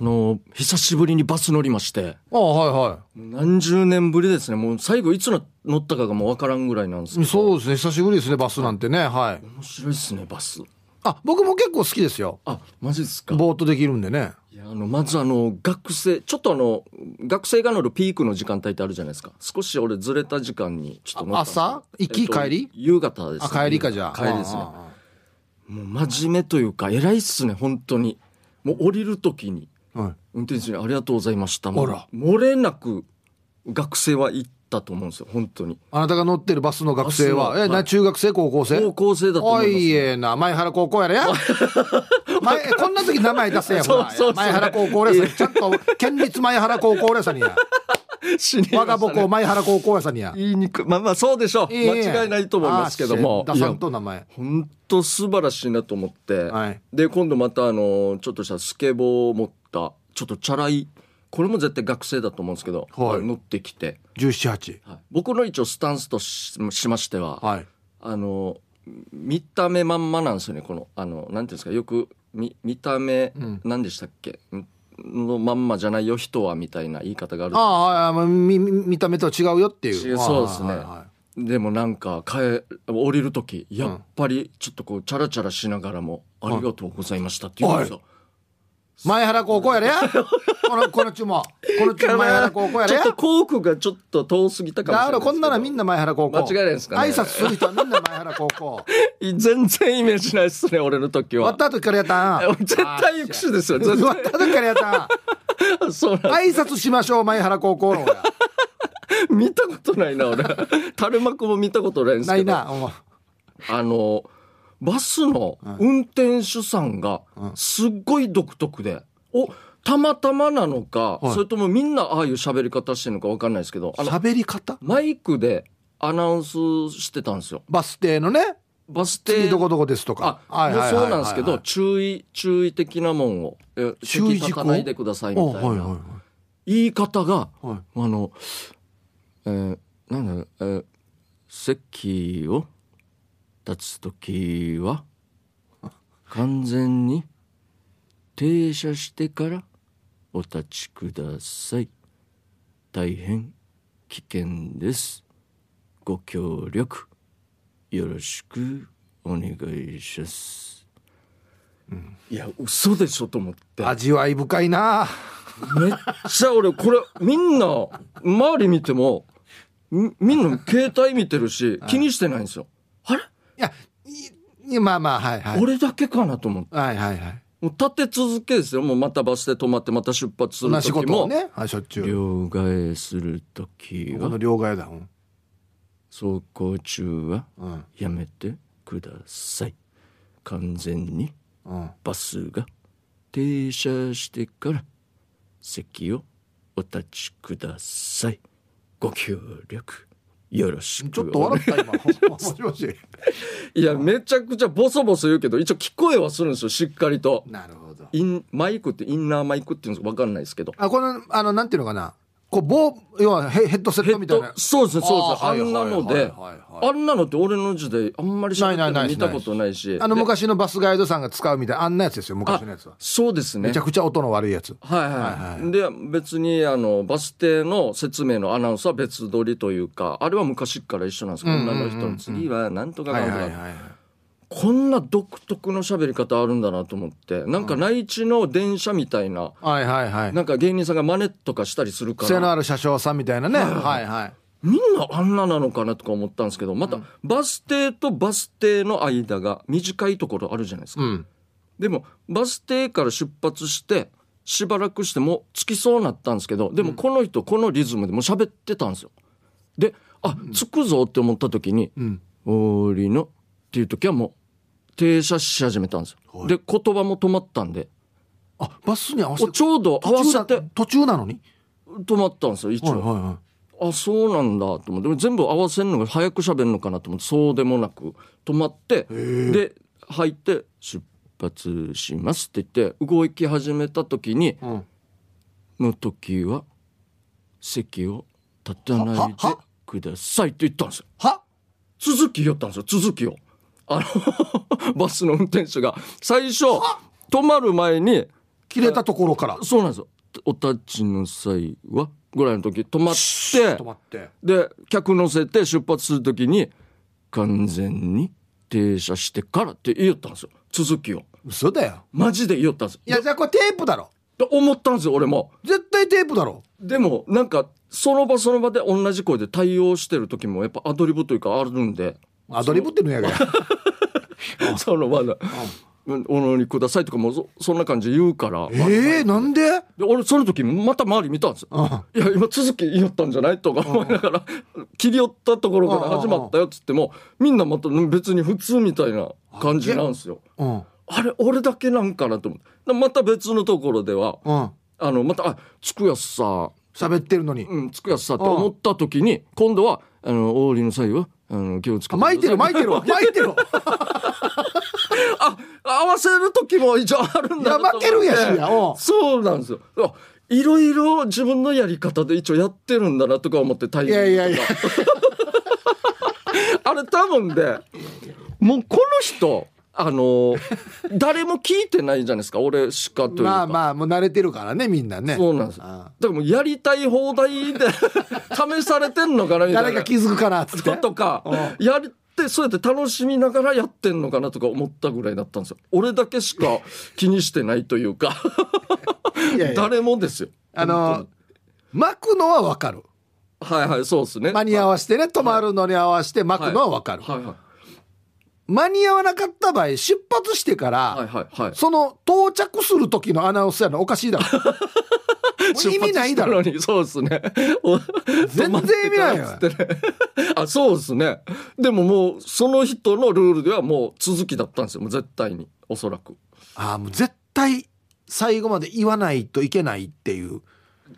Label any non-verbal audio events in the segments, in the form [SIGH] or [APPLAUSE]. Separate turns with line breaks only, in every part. あの、久しぶりにバス乗りまして、
あは
何十年ぶりですね。もう最後いつの乗ったかがもうわからんぐらいなんです
いは
け
い。
ど。
そうですね、久しぶりですね、バスなんてね。はい。
面白いっすね、バス。
あ、僕も結構好きですよ。
あ、マジですか。
ぼーっとできるんでね。
いや、あの、まずあの、学生、ちょっとあの、学生が乗るピークの時間帯ってあるじゃないですか。少し俺ずれた時間にちょっと乗ったんですよ。
朝行き
えっと
帰り
夕方です
あ、
ね、
帰りかじゃあ。
帰りですね
あ。ああ
もう真面目というか、偉いっすね、本当に。もう降りるときに、
あはい。
運転手にありがとうございました。もう
あら
漏れなく学生は行ったと思うんですよ、本当に。
あなたが乗ってるバスの学生
バ
は、
スの
え、
は
ない中学生、高校生
高校生だと思
お
います、
いえな、前原高校やれや。
[LAUGHS]
前こんな時名前出せや、ほら
そうそうそう
前原高校レース。ちゃんと、県立前原高校レースにや。
死にましたね
我が母校前原高校やさにや。
言いにくい。まあまあ、そうでしょう。
ええ
間違いないと思いますけども。
あ出さんと名前。
本当素晴らしいなと思って、
はい
で今度またあのちょっとしたスケボーを持ったちょっとチャラいこれも絶対学生だと思うんですけど、
はい
あの乗ってきて、
17、8。
はい僕の一応スタンスとししましては、
はい。
あの見た目まんまなんですよねこのあのなんていうんですかよく見見た目、
ん
何でしたっけんのまんまじゃないよ人はみたいな言い方がある
ああああ、まあみみ見た目とは違うよってい
違
う。
うそうですね
はいはいはい
でもなんか帰降りる時やっぱりちょっとこうチャラチャラしながらも「ありがとうございました」って言うんですよ。
前原高校やれや。この、この注文。この注文前原高校や
ちょ
れや
っ。と校区がちょっと遠すぎたかもし
だ
れ
か
ない
らこんならみんな前原高校。
間違いないですかね
挨拶する人はみんな前原高
[LAUGHS]
校。
な全然イメージないっすね俺の時
終わ
は。
った時からやったん
絶対行くしですよ絶
終わった時からやった
対そうなん
ん。挨拶しましょう、前原高校の方や。
見たことないな [LAUGHS] 俺垂幕も見たことないんです
な
け
い
ど
な。うん
あのバスの運転手さんがすっごい独特で、おたまたまなのか、
はい
それともみんなああいう喋り方してるのかわかんないですけどあの
喋り方
マイクでアナウンスしてたんですよ
バス停のね、
バス停
次どこどこですとか
あ。、もうそうなんですけど、注意、注意的なもんを、え
注意
席
事項
立たないでくださいみたいな、
おはいはいはい
言い方が、
はい
あの、えーなんだろう、えー席を立つとき
[LAUGHS]
は、完全に停車してからお立ちください。大変危険です。ご協力よろしくお願いします。いや嘘でしょと思って
味わい深いな。
めっちゃ俺これみんな周り見てもみみんな携帯見てるし気にしてないんですよあれ
いや、いいまあまあ、はいはい。
俺だけかなと思って
はいはいはい。
もう立て続けですよもうまたバスで止まってまた出発す
そ
る
んな仕
時
事
も
をね、はい、しょっちゅう。
両替する時
こ
は
の両替だ。うん
走行中は
うん。
やめてください完全に
うん。
バスが停車してから席をお立ちくださいご協力よろしく
ちょっと笑った今。もしもし。
いやめちゃくちゃボソボソ言うけど一応聞こえはするんですよしっかりと
[LAUGHS] なるほど。
インマイクってインナーマイクっていうんですか分かんないですけど
あ、この、あの、なんていうのかな。こう、棒、要はヘヘッドセッ
ヘ
ト
ッ
みたい
ド
な。
そうですねそうですね
あ
あ
ー
んなの
はいは
で
いはいはいはい
あんなのって俺の時代あんまりしゃべ
ない
っ
な
て
いな
見た
い
ことないし
あの、
で
昔のバスガイドさんが使うみたいな、あんなやつですよ、昔のやつは。
そうですね
めちゃくちゃ音の悪いやつ。
はいはい、
はいは
で別にあのバス停の説明のアナウンスは別撮りというかあれは昔から一緒なんですけど、女の人の次はなんとか
は
ないんとか、
はいはい。
こんな独特の喋り方あるんだなと思ってなんか内地の電車みたいな、
はいはいはい。
なんか芸人さんが真似とかしたりするか
癖の
ら
ある車掌さんみたいなね。はいはい。
みんなあんななのかなとか思ったんですけどまたバス停とバス停の間が短いところあるじゃないですか、
うん。
でもバス停から出発してしばらくしてもう着きそうなったんですけどでもこの人このリズムでもう喋ってたんですよ。であ着くぞって思った時に
うん。
「おーりの」っていう時はもう停車し始めたんですよ。で言葉も止まったんで
あ、バスに合わせ
お
て。
ちょうど合わせて
途中なのに。
止まったんですよ一
はい
応。
はいはい。
あそうなんだと思って全部合わせるのが早く喋るのかなと思ってそうでもなく止まってで入って出発しますって言って動き始めた時に
うん
の時は席を立たないでくださいって言ったんですよ
は
続き言ったんですよ続きを [LAUGHS] あのバスの運転手が最初止まる前に
切れたところから
そうなんですよお立ちの際はぐらいの時止まって
止まって
で客乗せて出発する時に完全に停車してからって言いよったんですよ続きを
嘘だよ
マジで言いよったんです
いやじゃあこれテープだろ
と思ったんですよ俺も
絶対テープだろ
でもなんかその場その場で同じ声で対応してる時もやっぱアドリブというかあるんで
アドリブってのやがや
そのまだうん「お乗りください」とかもそそんな感じで言うから
えー、なんで
で俺その時また周り見たんですよ
あ
いや今続き言いよったんじゃないとか思いながら切り寄ったところから始まったよっつってもみんなまた別に普通みたいな感じなんですよ
うん
あれ俺だけなんかなと思ってでまた別のところでは
うん
あのまた「あつくやすさ
喋ってる
[LAUGHS]
のに
うんつくやすさ」って思った時に今度は「あのお降りの際はあの気をつけ
あ
てくださ
巻いてる [LAUGHS] 巻いてる巻いてる
あ合わせる時も一応あるん [LAUGHS] だなと思って
いや負けるやしやおう
そうなんですよあいろいろ自分のやり方で一応やってるんだなとか思って大
いやいやいや
[LAUGHS] あれ多分でもうこの人あのー誰も聞いてないじゃないですか俺しかというか、
まあまあもう慣れてるからねみんなね
そうなんですだ
あ
からもうやりたい放題で [LAUGHS] 試されてんのかなみたいな
誰か気づくかなっつって
とかやってそうやって楽しみながらやってんのかなとか思ったぐらいだったんですよ俺だけしか気にしてないというか
いやいや
誰もですよ
あの巻くのはわかる
はいはいそうですね
間に合わせてね止まるのに合わせて巻くのはわかる、
はいはい
間に合わなかった場合出発してから、
はいはいはい
その到着する時のアナウンスやのお
[LAUGHS]
かしいだろもう意味ないだろ
出発したのにそうですねお
全然意味ないよ
止まってからっつってねあそうですねでももうその人のルールではもう続きだったんですよもう絶対におそらく
ああもう絶対最後まで言わないといけないっていう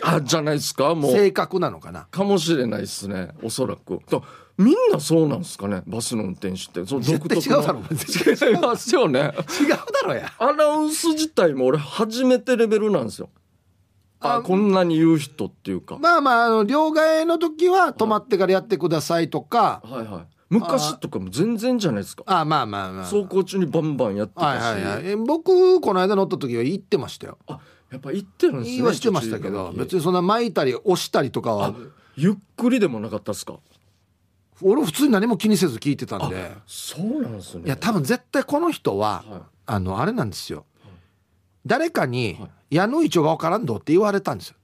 あじゃないですかもう
性格なのかな
かもしれないですねおそらくだみんなそうなんですかねバスの運転手ってその独特の
絶対違うだろ絶
違い [LAUGHS] ますよね
違うだろや
アナウンス自体も俺初めてレベルなんですよあ
あ
こんなに言う人っていうか、
まあまああの両替の時は止まってからやってくださいとか
はいはい昔とかも全然じゃないですか
ああまあまあまあ
走行中にバンバンやってたし、
はいはいはいえ僕この間乗った時は言ってましたよ
あやっぱ言ってるんですね
言いはしてましたけど別
に
にそんな巻いたり押したりとかは
ゆっくりでもなかったですか
俺普通に何も気にせず聞いてたんで
そうなんですね
いや多分絶対この人は、
はい
あのあれなんですよ誰かに
はい
「矢野一応が分からんど」って言われた
[LAUGHS]
んですよ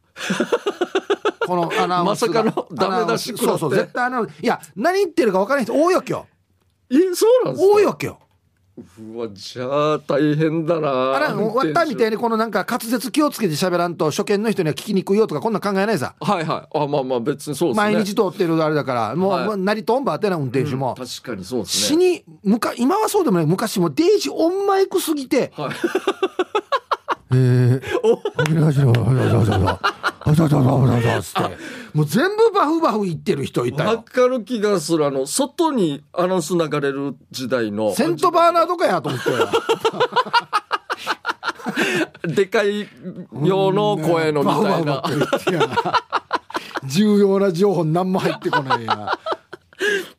このアナウンスが
まさかのダメ出し
アナウ
食ら
ンスそ
って
うそう絶対アナウンスいや何言ってるか分からない人多いわけよ
えそうなんですか
多いわけよ
うわじゃあ大変だな
あら割ったみたいにこのなんか滑舌気をつけて喋らんと初見の人には聞きにくいよとかこんなん考えないさ
はいはいあまあまあ別にそうですね
毎日通ってるあれだからもう、
はい
もう成とんばあてな運転手も、
確かにそうです
死
ね
にむか今はそうでもない昔もうデイジオンマイクすぎて
はい
えー、おびらしろ、あざざざざ、あざざざざざ [LAUGHS] つって、もう全部バフバフ言ってる人いた
わ
よ。
かる気がするあの外にアナウンス流れる時代の
セントバーナードかやと思って。
でかい用の声のみたいな
バフバフ言ってや重要な情報何も入って
[LAUGHS]
こないや。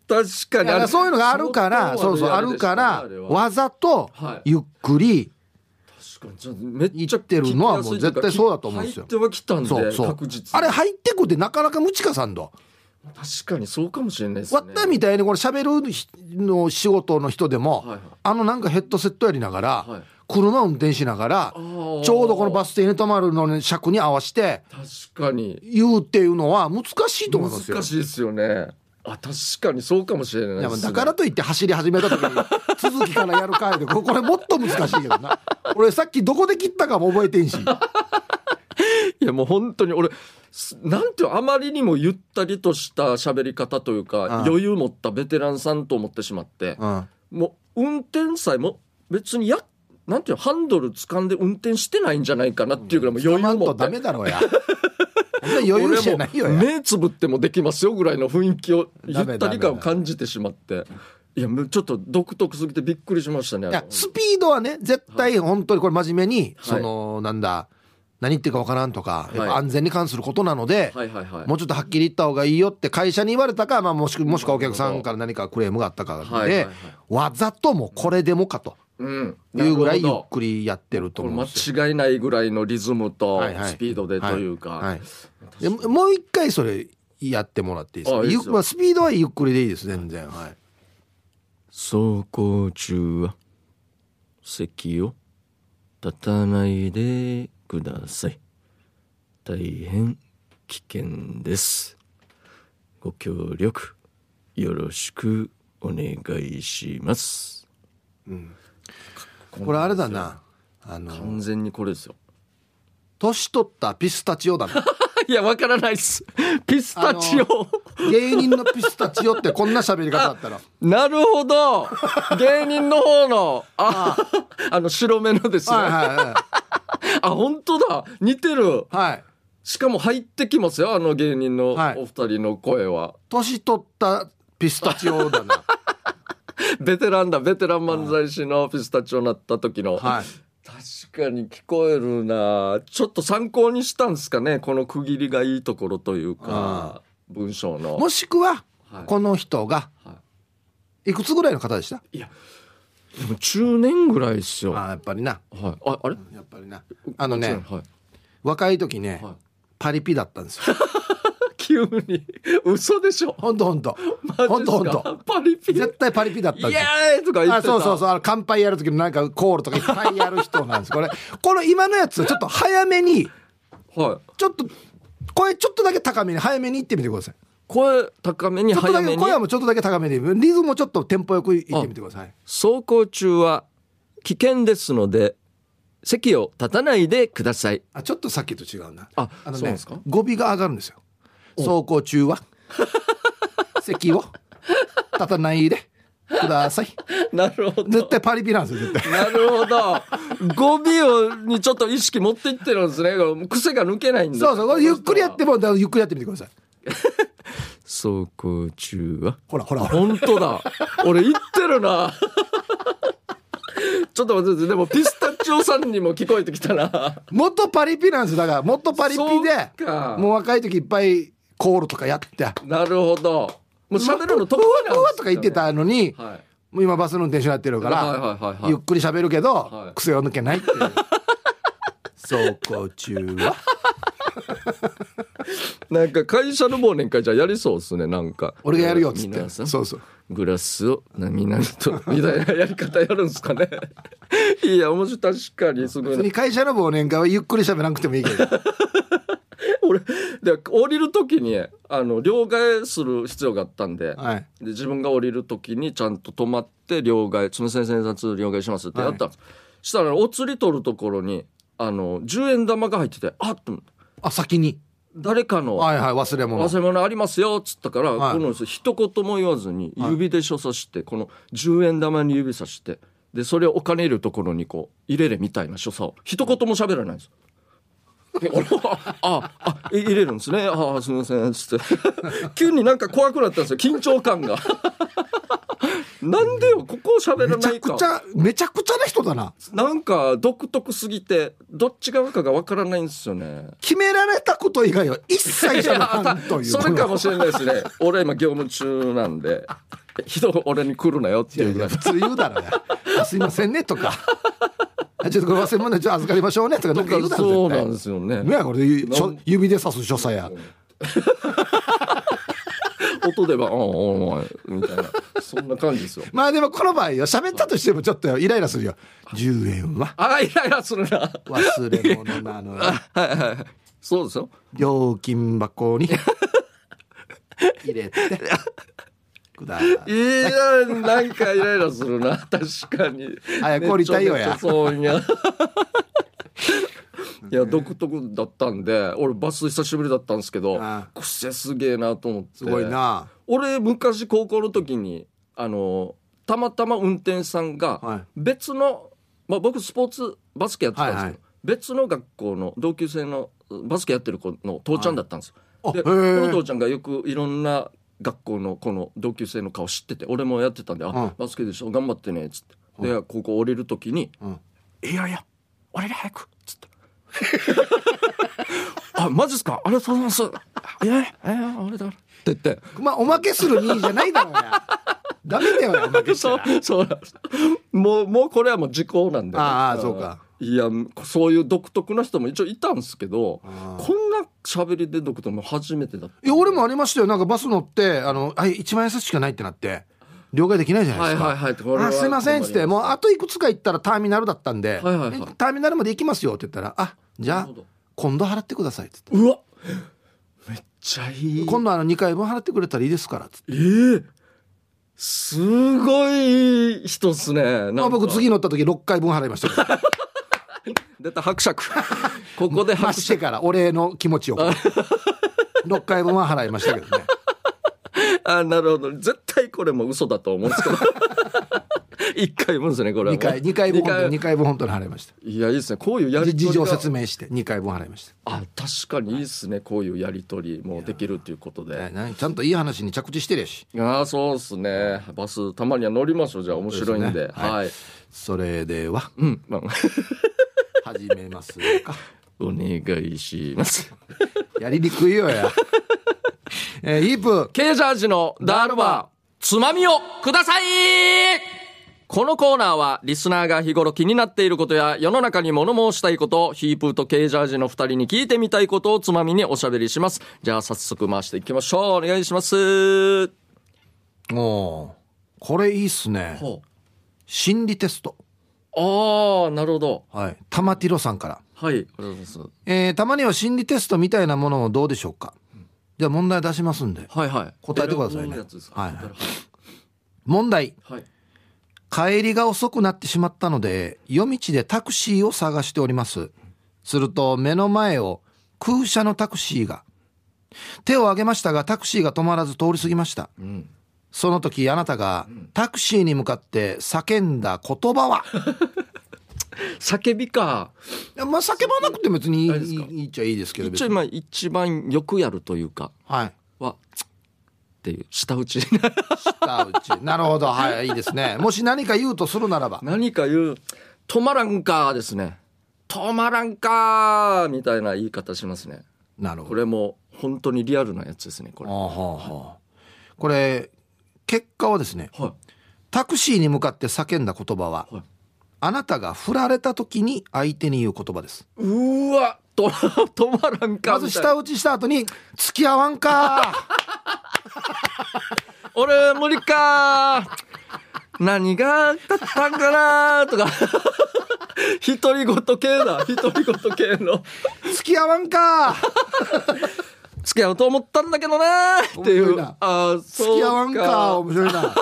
確かに
だか
あれ
らそういうのがあるから、そうそうあるから
あれ、は
わざと
はい
ゆっくり、
確かにじゃあめっちゃ
言ってるのはもう絶対そうだと思うんですよ
入ってはきたんで
そうそう
確実。に
あれ入ってくってなかなかムチカさんど。
確かにそうかもしれないですね
割ったみたいにこれ喋るひの仕事の人でも、
はいはい
あのなんかヘッドセットやりながら、
はい
車運転しながらちょ
ー
うどこのバス停に止まるのに尺に合わせて
確かに
言うっていうのは難しいと思いますよ
難。しいですよねあ確かにそうかもしれない
い
で
や
す、ね、
だからといって走り始めた
[LAUGHS]
時に続きからやるかいでこれこれもっと難しいけ
[LAUGHS]
どな俺さっきどこで切ったかも覚えてんし
いやもう本当に俺すなんていうのあまりにもゆったりとした喋り方というか
ああ
余裕持ったベテランさんと思ってしまって
うん
もう運転さえも別にやなんていうのハンドル掴んで運転してないんじゃないかなっていうぐらいもう
余
余
裕
裕
と
持
ダ
って
メだ
[LAUGHS]
ろうやそんな余裕じゃないよ
俺も
や
目つぶってもできますよぐらいの雰囲気をゆ
ダメ
ったり感を感じてしまっていやもうちょっと独特すぎてびっくりしましたね
い
あ
や
の
スピードはね絶対本当にこれ真面目に、
はい
そのなんだ何言ってるか分からんとか、やっ
はい
ぱ安全に関することなので、
はいはいはい
もうちょっとはっきり言った方がいいよって会社に言われたか、まあ、もしくもしくはお客さんから何かクレームがあったかで、
はいはいはい
わざともうこれでもかと
うん、
いうぐら
なる
いゆっ
ほど
くりやってると
これ
思うんですよ
間違いないぐらいのリズムと
はいはい
スピードでというか、
はいはいでもう一回それやってもらっていいですか
あいいですよ
ゆっまあ、スピードはゆっくりでいいです全然はい
走行中は席を立たないでください大変危険ですご協力よろしくお願いします、
これあれだなあの
完全にこれですよ
年取ったピスタチオだな
[LAUGHS] いやわからないっす [LAUGHS] ピスタチオ、
あ芸人のピスタチオってこんな喋り方だっ
[LAUGHS]
たら
なるほど芸人の方のああの白目のですね、
はいはいは
あ本当だ似てる
い、はい、
しかも入ってきますよあの芸人の
はい
お二人の声は、
年取ったピスタチオだな
ベテランだベテラン漫才師のピスタチオになった時の、
はい
確かに聞こえるなちょっと参考にしたんですかねこの区切りがいいところというか文章の
もしくは
はい
この人が
はい
くつぐらいの方でした
い、でも中年ぐらいですよ、
あ
は、
ーやっぱりない
ああれ
やっぱりなあのね
はい、
若い時ね
はい [LAUGHS]
パリピだったんですよ
急に嘘でしょ
ほんとほんと
マジっすか
ほんとほんと
パリピイエ
絶対パリピだったんですよ
ーイとか言っ
あ
てた
そうそうそうあの乾杯やる時のなんかコールとかいっぱいやる人なんですこれ [LAUGHS] この今のやつちょっと早めに
はい
ちょっと声ちょっとだけ高めに早めに行ってみてください
声高めに
ちょっ
早
とだ
め
け
に
声はもうちょっとだけ高めでリズムもちょっとテンポよく行ってみてください
走行中は危険ですので席を立たないでくださ
[LAUGHS]
い
あちょっとさっきと違うな
あ
あの
そうなん
ね
ですか
語尾が上がるんですよ走行中
[LAUGHS]
は席を立たないでください
なるほ
絶対パリピなんですよ絶対
なるほど語尾をにちょっと意識持っていってるんですねもう癖が抜けないんだ
そうそうこれゆっくりやってもだからゆっくりやってみてください
走行中は
ほらほらほら
本当だ俺言ってるな [LAUGHS] ちょっと待ってくださいでもピスタチオさんにも聞こえてきたな
元パリピなんですよだから元パリピで
そうか
もう若い時いっぱいコールとかやって
なるほどもう喋るの得意なんですよね
うわとか言ってたのに、
はい
もう今バスの運転手になってるから、
はいはいはいはい
ゆっくり喋るけど、
はい
癖を抜けないっていう
[LAUGHS]
走行中は
なんか会社の忘年会じゃやりそうですねなんか
俺がやるよっつって
皆さん
そうそう
グラスをなみなみとみたいなやり方やるんですかね [LAUGHS] いや面白い確かにすごい
別
な
に会社の忘年会はゆっくり喋らなくてもいいけ
[LAUGHS]
ど
俺で降りる時にあの両替する必要があったんで,、
はい
で自分が降りる時にちゃんと止まって両替「すみません先生両替します」ってやったんです、したらお釣り取るところにあの10円玉が入っててあっと思って
あ先に
誰かの
はいはい忘れ物
忘れ物ありますよっつったから、
はい
この人一言も言わずに指で所作して、この10円玉に指さしてでそれをお金入れるところにこう入れれみたいな所作を一言も喋らないんですで俺はああえ入れるんですねああすみませんっつって [LAUGHS] 急になんか怖くなったんですよ緊張感が [LAUGHS] なんでよここを喋ら
めち
な
ゃ
い
く
か
ちゃめちゃくちゃな人だな
なんか独特すぎてどっち側かがわからないんですよね
決められたこと以外は一切
いや
喋
あ
ら
た
んという
それかもしれないです
[LAUGHS]
ね俺今業務中なんで人が俺に来るなよって
いや
いう
い
ぐら
や
い
普通言うだろうねあすいませんねとか [LAUGHS] あちょっとこれ忘れ物ちょっと預かりましょうねとかなんか言うだろ
そうなん
絶
ですよね
対ねやこれゆしょ指で指す所作や
音でば「ああお前」みたいなそんな感じですよ
まあでもこの場合は喋ったとしてもちょっとイライラするよ10円は
あイライラするな
忘れ物なのよ
[LAUGHS] はいはいはいそうですよ
料金箱に入
[LAUGHS]
れてください
いやなんかイライラするな確かに
早く降りたいよや
めちゃめちゃそう
[LAUGHS]
やいや独特だったんで俺バス久しぶりだったんですけど
あ
くせすげえなと思って
すごいな
俺昔高校の時にあのたまたま運転手さん
はい
が別の、まあ、僕スポーツバスケやってたんですけど、
はいはい
別の学校の同級生のバスケやってる子の父ちゃんだったんですよ。
あ
で
へ
この
ー
父ちゃんがよくいろんな学校のこの同級生の顔知ってて俺もやってたんで「あ、
うん
バスケでしょ頑張ってね」っつって、でここ降りる時に「
うん
いやいや俺より早く」っつって。 [LAUGHS] あマジっすかありがとうございます。いやいやえ俺だからって言って [LAUGHS]
まあおまけするにじゃないだろうやダメだよおまけした
そう
ら
そうなんですもうもうこれはもう時効なんで、
ああそうか
いやそういう独特な人も一応いたんですけど
あー
こんな喋りで独特も初めてだった
いや俺もありましたよなんかバス乗ってあのあ一番安しかないってなって了解できないじゃな
は
いで
い
すか、
はいはいこれは
あすいませんっつってもうあといくつか行ったらターミナルだったんで、
はいはいはい
ターミナルまで行きますよって言ったら「あじ
なる
ゃあ
ほど
今度払ってください」っつって
うわめっちゃい
「
い
今度あの2回分払ってくれたらいいですから」っつって
ええすごい人っすねなん
ま
か
あ、僕次乗った時6回分払いましたから
出た伯爵 [LAUGHS] ここで
まあ
伯
し
爵
てからお礼の気持ち
[LAUGHS]
を6回分は払いましたけどね
あなるほど絶対これも嘘だと思うん
[LAUGHS]
ですけど一回分ですねこれは
2回二回分本当に2回分本当に払いました
いやいいですねこういうやり
じ
とりが
事情説明して2回分払いました
あ確かにいいですねこういうやり取りもできるということで
えなちゃんといい話に着地してるやし
ああそうですねバスたまには乗りましょうじゃあ面白いんで
そうですね
はい、
それでは
うんまあ [LAUGHS]
始めますか
お願いします
やりにくいよやえー、イープ
ケージャージのダールバー、つまみをくださいこのコーナーは、リスナーが日頃気になっていることや、世の中に物申したいこと、ヒープーとケージャージの二人に聞いてみたいことをつまみにおしゃべりします。じゃあ、早速回していきましょう。お願いします。
おーこれいいっすね
ほ
心理テスト
う。ああ、なるほど。
はい玉ティロさんから、
はい、ありがとうございます。
えーたまには心理テストみたいなものをどうでしょうかじゃあ問題出しますんで
はいはい。
答えてくださいね
やつですか
はい
は
問題
い。
帰りが遅くなってしまったので夜道でタクシーを探しておりますすると目の前を空車のタクシーが手を挙げましたがタクシーが止まらず通り過ぎました
うん。
その時あなたがタクシーに向かって叫んだ言葉 [LAUGHS] は
叫びか。
いやまあ叫ばなくても別にいい
大丈夫ですか
いいっちゃいいですけど別
一応
に
今、一番よくやるというか、
はい
は、つっていう、舌打ち。 [LAUGHS]
下打ちなるほどはいいいですねもし何か言うとするならば
何か言う「止まらんか」ですね「止まらんか」みたいな言い方しますね
なるほ
こ
ど
れも本当にリアルなやつですねこれ
あはあはあこれ結果はですね
は
タクシーに向かって叫んだ言葉は、
はい
あなたが振られた時に相手に言う言葉です
いうーわと [LAUGHS] 止まらんか
ま
みたいな
ず舌打ちした後に「付き合わんか
[LAUGHS] 俺無理か何があったんかなとか [LAUGHS] 独り言系だ独り言系の
ー付き合わんかー
付き合おうと思ったんだけどなーっていう
面白いな
あー
付き合わ
そうんか
かー面白いな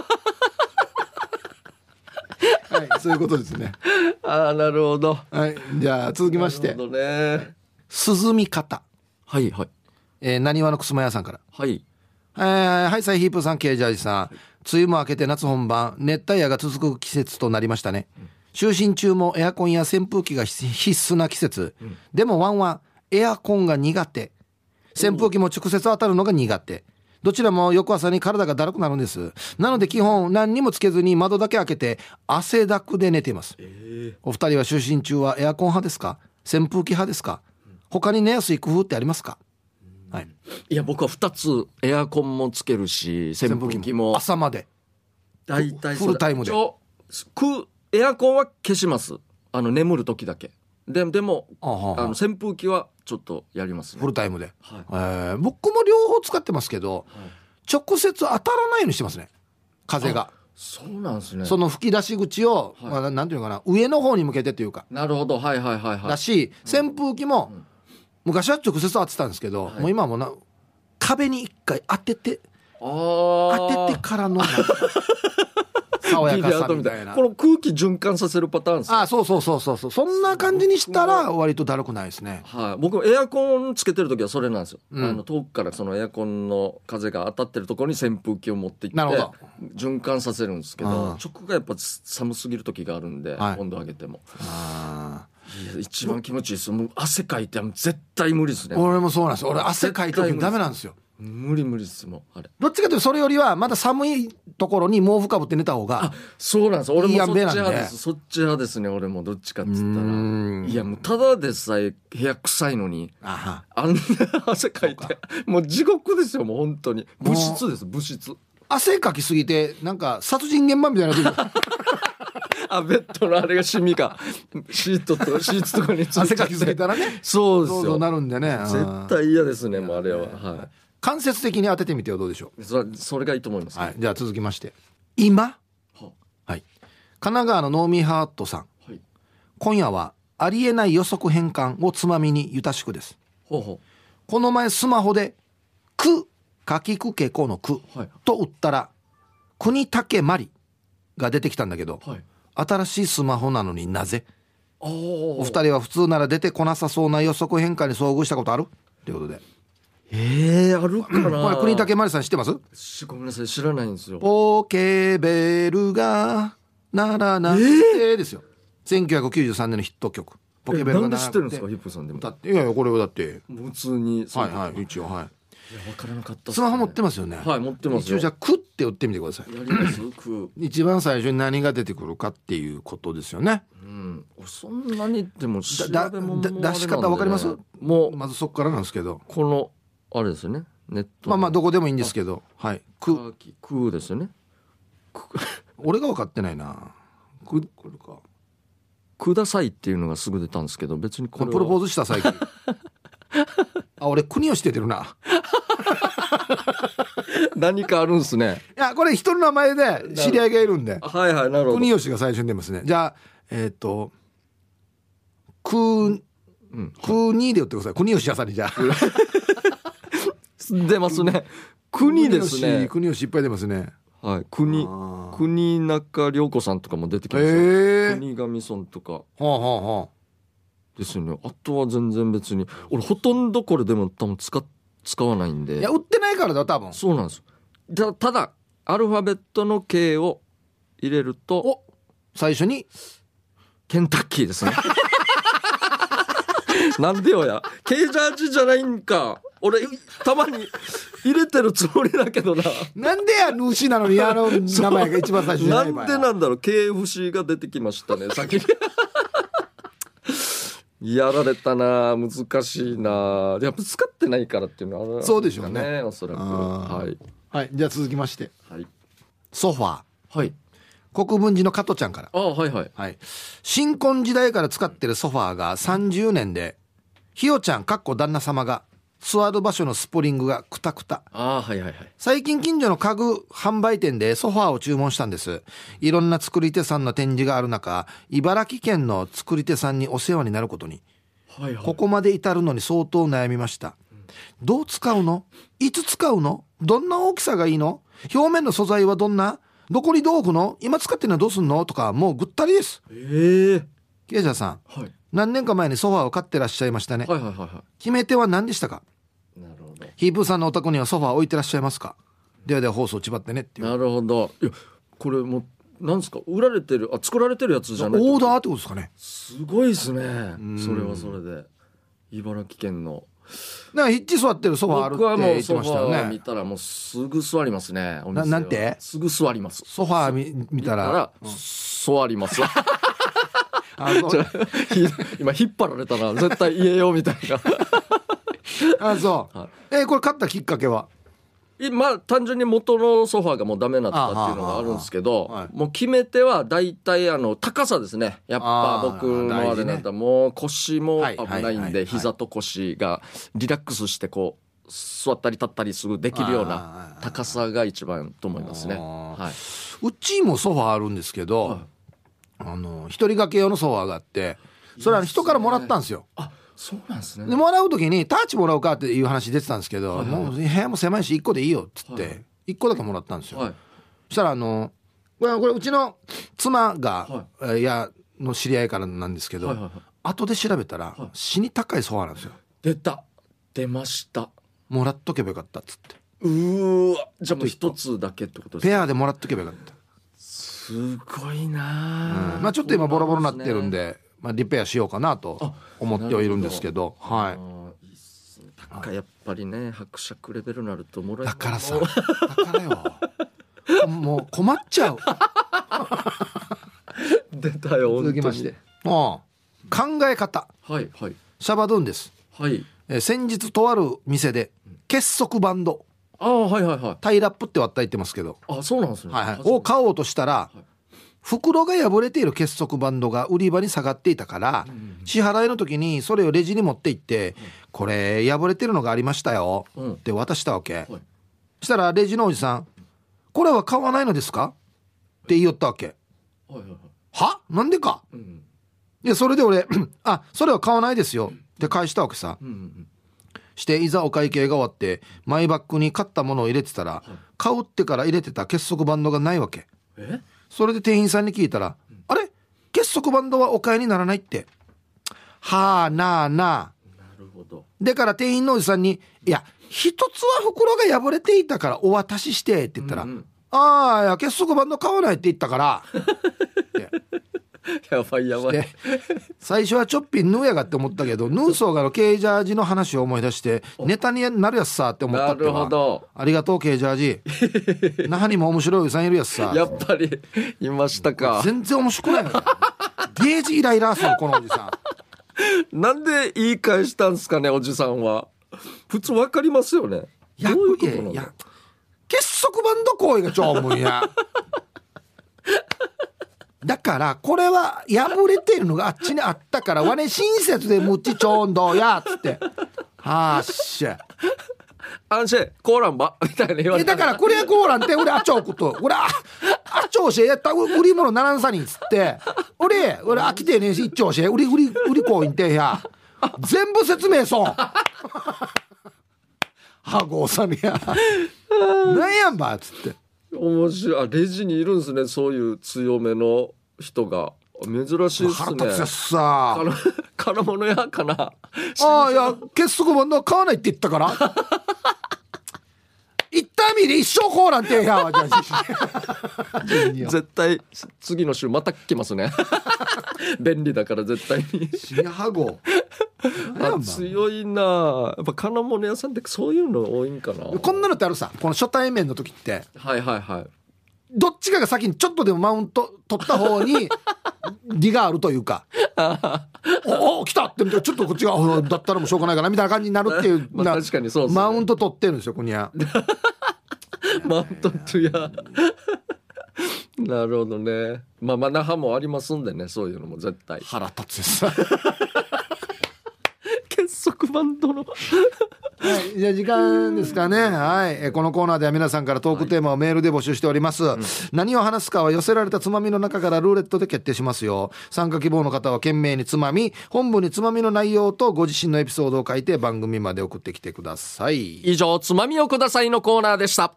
はいそういうことですね
あーなるほど
はいじゃあ続きまし
な
て
るほどね
涼み方
はいはい
えーなにわのくすま屋さんから
はい
えーはい、サイヒープーさん、ケージャージさん。梅雨も明けて夏本番、熱帯夜が続く季節となりましたね。就寝中もエアコンや扇風機が必必須な季節。でもワンはエアコンが苦手。扇風機も直接当たるのが苦手。どちらも翌朝に体がだるくなるんです。なので基本何にもつけずに窓だけ開けて汗だくで寝ています。お二人は就寝中はエアコン派ですか扇風機派ですか他に寝やすい工夫ってありますかはい。
いや僕は2つエアコンもつけるし扇風機も
朝まで。
大体
フルタイムで
ちょくエアコンは消しますあの眠る時だけででも
あはあ
あ
はあ
の扇風機はちょっとやりますね
フルタイムで、
はい
えー僕も両方使ってますけど、直接当たらないようにしてますね風が、
そうなんですね
その吹き出し口を、
はい
まあななんていうのかな上の方に向けてというか、
なるほどはいはいはいは
だ
い
し扇風機も、昔は直接当てたんですけど、
はい
もう今はもうな壁に一回当てて
あー
当ててからのなん
[LAUGHS]
か爽や
ビ
か
リヤ
さ
ード
み
み
た
た
い
い
な
なこの空気循環させるパターンですね
あそうそうそうそうそうそんな感じにしたら割とだるくないですね
はい、僕もエアコンつけてる時はそれなんですよ、
うん
あの遠くからそのエアコンの風が当たってるところに扇風機を持っていって
なるほど
循環させるんですけど
ああ
直がやっぱ寒すぎる時があるんで、
はい
温度上げても
あ
いや一番気持ちいいですもう汗かいてもう絶対無理です
ー
ね
俺もそうなんです俺汗かいた時にダメなんですよ
無理無理ですもうあれ
どっちかというとそれよりはまだ寒いところに毛布かぶって寝た方が
あそうなんです俺も
いい
そ
塩
っち
梅なんで
派ですそっち派ですね俺もどっちかっつっ
う
たら
ん
いやもうただでさえ部屋臭いのに
あは
あんな汗かいてもう地獄ですよもう本当に物質です物質 [LAUGHS]
汗かきすぎてなんか殺人現場みたいな時
あベッドのあれがシミかシート
[LAUGHS]
とシーツとかについちゃって
汗かきすぎたらね
そうです
そうそ
よ
うなるんでね
絶
うん
対嫌ですねもうあれはは
間接的に当ててみてはどうでしょ
いそれそれがいいと思います
う、はい、じゃあ続きまして今、
は
はい、神奈川のノーミーハートさん
はい
今夜はありえない予測変換をつまみにゆたしくです
ほうほ
この前スマホで「く」「かきくけこのく
はい」
と打ったら「国竹まり」が出てきたんだけど
うはい
新しいスマホなのになぜ
おお
お二人は普通なら出てこなさそうな予測変化に遭遇したことあるということで
ええあるかな
これ国竹まりさん知ってます
しごめんなさい知らないんですよ
ポケベルがならなくてですよ、1993年のヒット曲ポケベ
な
ルが
んで
な
知
ら
ってるん
なく
です
て
かヒップさんでも
だっていやいやこれはだって
普通に
はいはいい一応はい
や分からなかったっすね
スマホ持ってますよね
はい持ってます
一
よ
応じゃあ「く」って打ってみてください
やりますく
一番最初に何が出てくるかっていうことですよね
うんそんなにでも調
だ
べ物も
だ
あれなんでね
出し方わかります
もう
まずそこからなんですけど
このあれですよねネット
まあまあ
ど
どこでもいいんですけどはい「く」
くくですよね
俺が分かってないな「く」これか
くださいっていうのがすぐ出たんですけど別にこ
プ
れは
ロポーズした最近あ俺国をしててるな
[LAUGHS] 何かあるんですね
いやこれ人の名前で知り合いがいるんで
はいはいなるほど
国吉が最初に出ますねじゃあえっ、と「く」
うん
「く」にで言ってください国吉はさにじゃあ
出ますね [LAUGHS] 国ですね
国吉いっぱい出ますね
はい国
あー
国中涼子さんとかも出てきま
へ
すよ、
え
国神村とか
ほうほうほ
ですよねあとは全然別に俺ほとんどこれでも多分使っ使わないん
う
で
いや売ってないからだよ多分
そうなんですよたただアルファベットの K を入れると
お最初に
ケンタッキーですね [LAUGHS] なんでよや K ジャージじゃないんか俺たまに入れてるつもりだけどな
なんでやヌーシーなのにあ
[LAUGHS]
の名前が一番最初じゃ
な
ない場合
んでなんだろう KFC が出てきましたね先に [LAUGHS] やられたな難しいなやっぱ使ってないからっていうのはあるんか
そうでしょうね
おそらく
あ
はい
はいじゃあ続きまして
はい
ソファ
はい
ー国分寺の加トちゃんから
あはいはい
はい新婚時代から使ってるソファーが30年でひよちゃんかっこ旦那様が座る場所のスプリングがクタクタ
あはいはいはい
最近近所の家具販売店でソファーを注文したんですいろんな作り手さんの展示がある中茨城県の作り手さんにお世話になることに
はいはい
ここまで至るのに相当悩みました。どう使うのいつ使うのどんな大きさがいいの表面の素材はどんなどこにどう置くの今使ってるのはどうすんのとかもうぐったりです。
えー
ケイジャーさん、
はい
何年か前にソファーを買ってらっしゃいましたね。
はいはいはいは
決め手は何でしたか
いなるほど
ヒープーさんのお宅にはソファー置いてらっしゃいますかではでは放送ちばってねっていう。
なるほどいやこれもうなんですか売られてるあ作られてるやつじゃない
オーダーってことですかね。
すごいですねそれはそれで茨城県の
だからヒッチ座ってるソファーあるって
僕はも
言
う
って
ソ
ま
フ
した
ァ
よ
ー見
ね。
たらもうすぐ座りますねお店は
ななんて
すぐ座ります
ソファー見見た
だからら、。座ります [LAUGHS]
あそう
じゃあひ今引っ張られたら絶対言えよみたいな
あ、そう。えーこれ買ったきっかけは
えまあ単純に元のソファーがもうダメになったっていうのがあるんですけど、
あはあはあはあはい
もう決め手は大体あの高さですねやっぱ
あー
僕のあれなんだ、もう腰も
はい
危ない
は
ん
いはいは
で
い
膝と腰がリラックスしてこう座ったり立ったりすぐできるよう
あーはいはい
な
はい
高さが一番と思いますね。
あー
はいう
ちもソファーあるんですけど、
はい
あの一人掛け用のソファーがあってそれは人からもらったんですよ。
あそうなんですね
でもらう時にタッチもらおうかっていう話出てたんですけど、
はいはい
もう部屋も狭いし1個でいいよっつ
は
っ
い
て、一1個だけもらったんですよ。
はい
そしたらあのこれこれうちの妻
は
が、えーいやの知り合いからなんですけど、
はいはいはい
後で調べたら、
はい
死に高いソファーなんですよ。
出た出ました
もらっとけばよかったっつって
うーわじゃあもう一つだけってことです
ペ
か
アでもらっとけばよかった。
すごいなあ、
まあ、ちょっと今ボロボロになってるんで、まあ、リペアしようかなと思ってはいるんですけど
あ
は
ーいいっすねなんかやっぱりね伯爵レベルになるともらえ
いだからさ
もう
だからよ [LAUGHS] もう困っちゃう
出たよ
続きましてもう考え方
本当にはいはい
シャバドゥンです
はい
えー先日とある店で結束バンド
ああはいはいはい
タイラップって割った言ってますけど、
あそうなんですね
はいはい、
初め
を
て
買おうとしたら袋が破れている結束バンドが売り場に下がっていたから支払いの時にそれをレジに持って行って「これ破れてるのがありましたよ」
うん
って渡したわけ
はい
したらレジのおじさん「これは買わないのですか?」って言いよったわけ
はいはいはい
「はなんでか?
うん」
でそれで俺 [CLEARS THROAT] 「あそれは買わないですよ」って返したわけさ
うんうん
していざお会計が終わってマイバッグに買ったものを入れてたら買うってから入れてた結束バンドがないわけ
え
それで店員さんに聞いたら「あれ結束バンドはお買いにならない」って「はあなあなあ
なるほど」
でから店員のおじさんに「いや一つは袋が破れていたからお渡しして」って言ったら
う
「
んうん
ああいや結束バンド買わない」って言ったから
やばいやばい
で最初はちょっぴんヌーやがって思った
[LAUGHS]
けどヌーソーがのケージャージの話を思い出してネタになるやつさって思った
な
って
るほ
ば
ど
ありがとうケージャ
[LAUGHS]
ージ那覇にも面白いおじさんいるやつさ
やっぱりいましたか
全然面白くないのよゲージイライラーするこのおじさん
なんで言い返したんですかねおじさんは普通わかりますよねど
や
う
っ
いうこと
い
な
や
の
いや結束バンド行為が超無
[LAUGHS]
理やだからこれは破れてるのがあっちにあったからわね親切でむっちちょんどうやっつってはあっしゃ
安心コーランばみたいな言わ
え
れた
だからこれやこうなんて俺あっちょ置くと俺ああっちょ教えやった売り物ならんさにっつって俺俺飽きてねえし一丁教え売り売り売りこういんてや全部説明そうはごうさみやなんやんばっつって
面白いあレジにいるんですねそういう強めの人が珍しいです
腹
ね
立つやつさ
[LAUGHS] 金金物屋かな
ああいや結束バンドは買わないって言ったから一旦見で一生こうなんてやわじゃあジュニア
絶対次の週また来ますね [LAUGHS] 便利だから絶対に
シニアハゴなんや
あ
んば
強いなやっぱ金物屋さんってそういうの多いんかな
こんなのってあるさこの初対面の時って
はいはいはい
どっちかが先にちょっとでもマウント取った
[LAUGHS]
方に利があるというか「おお来た!」ってちょっとこっちがおだったらもうしょうがないかなみたいな感じになるっていう、
[LAUGHS] まあ
な
確かにそうですね
マウント取ってるんですよこにゃ
マウントトゥヤ [LAUGHS] なるほどねまあまあ那覇もありますんでねそういうのも絶対
腹立つで
[LAUGHS]
すは
結束バンドの
いじゃあ時間ですかねはいえこのコーナーでは皆さんからトークテーマをメールで募集しております、何を話すかは寄せられたつまみの中からルーレットで決定しますよ参加希望の方は懸命につまみ本部につまみの内容とご自身のエピソードを書いて番組まで送ってきてください
以上つまみをくださいのコーナーでした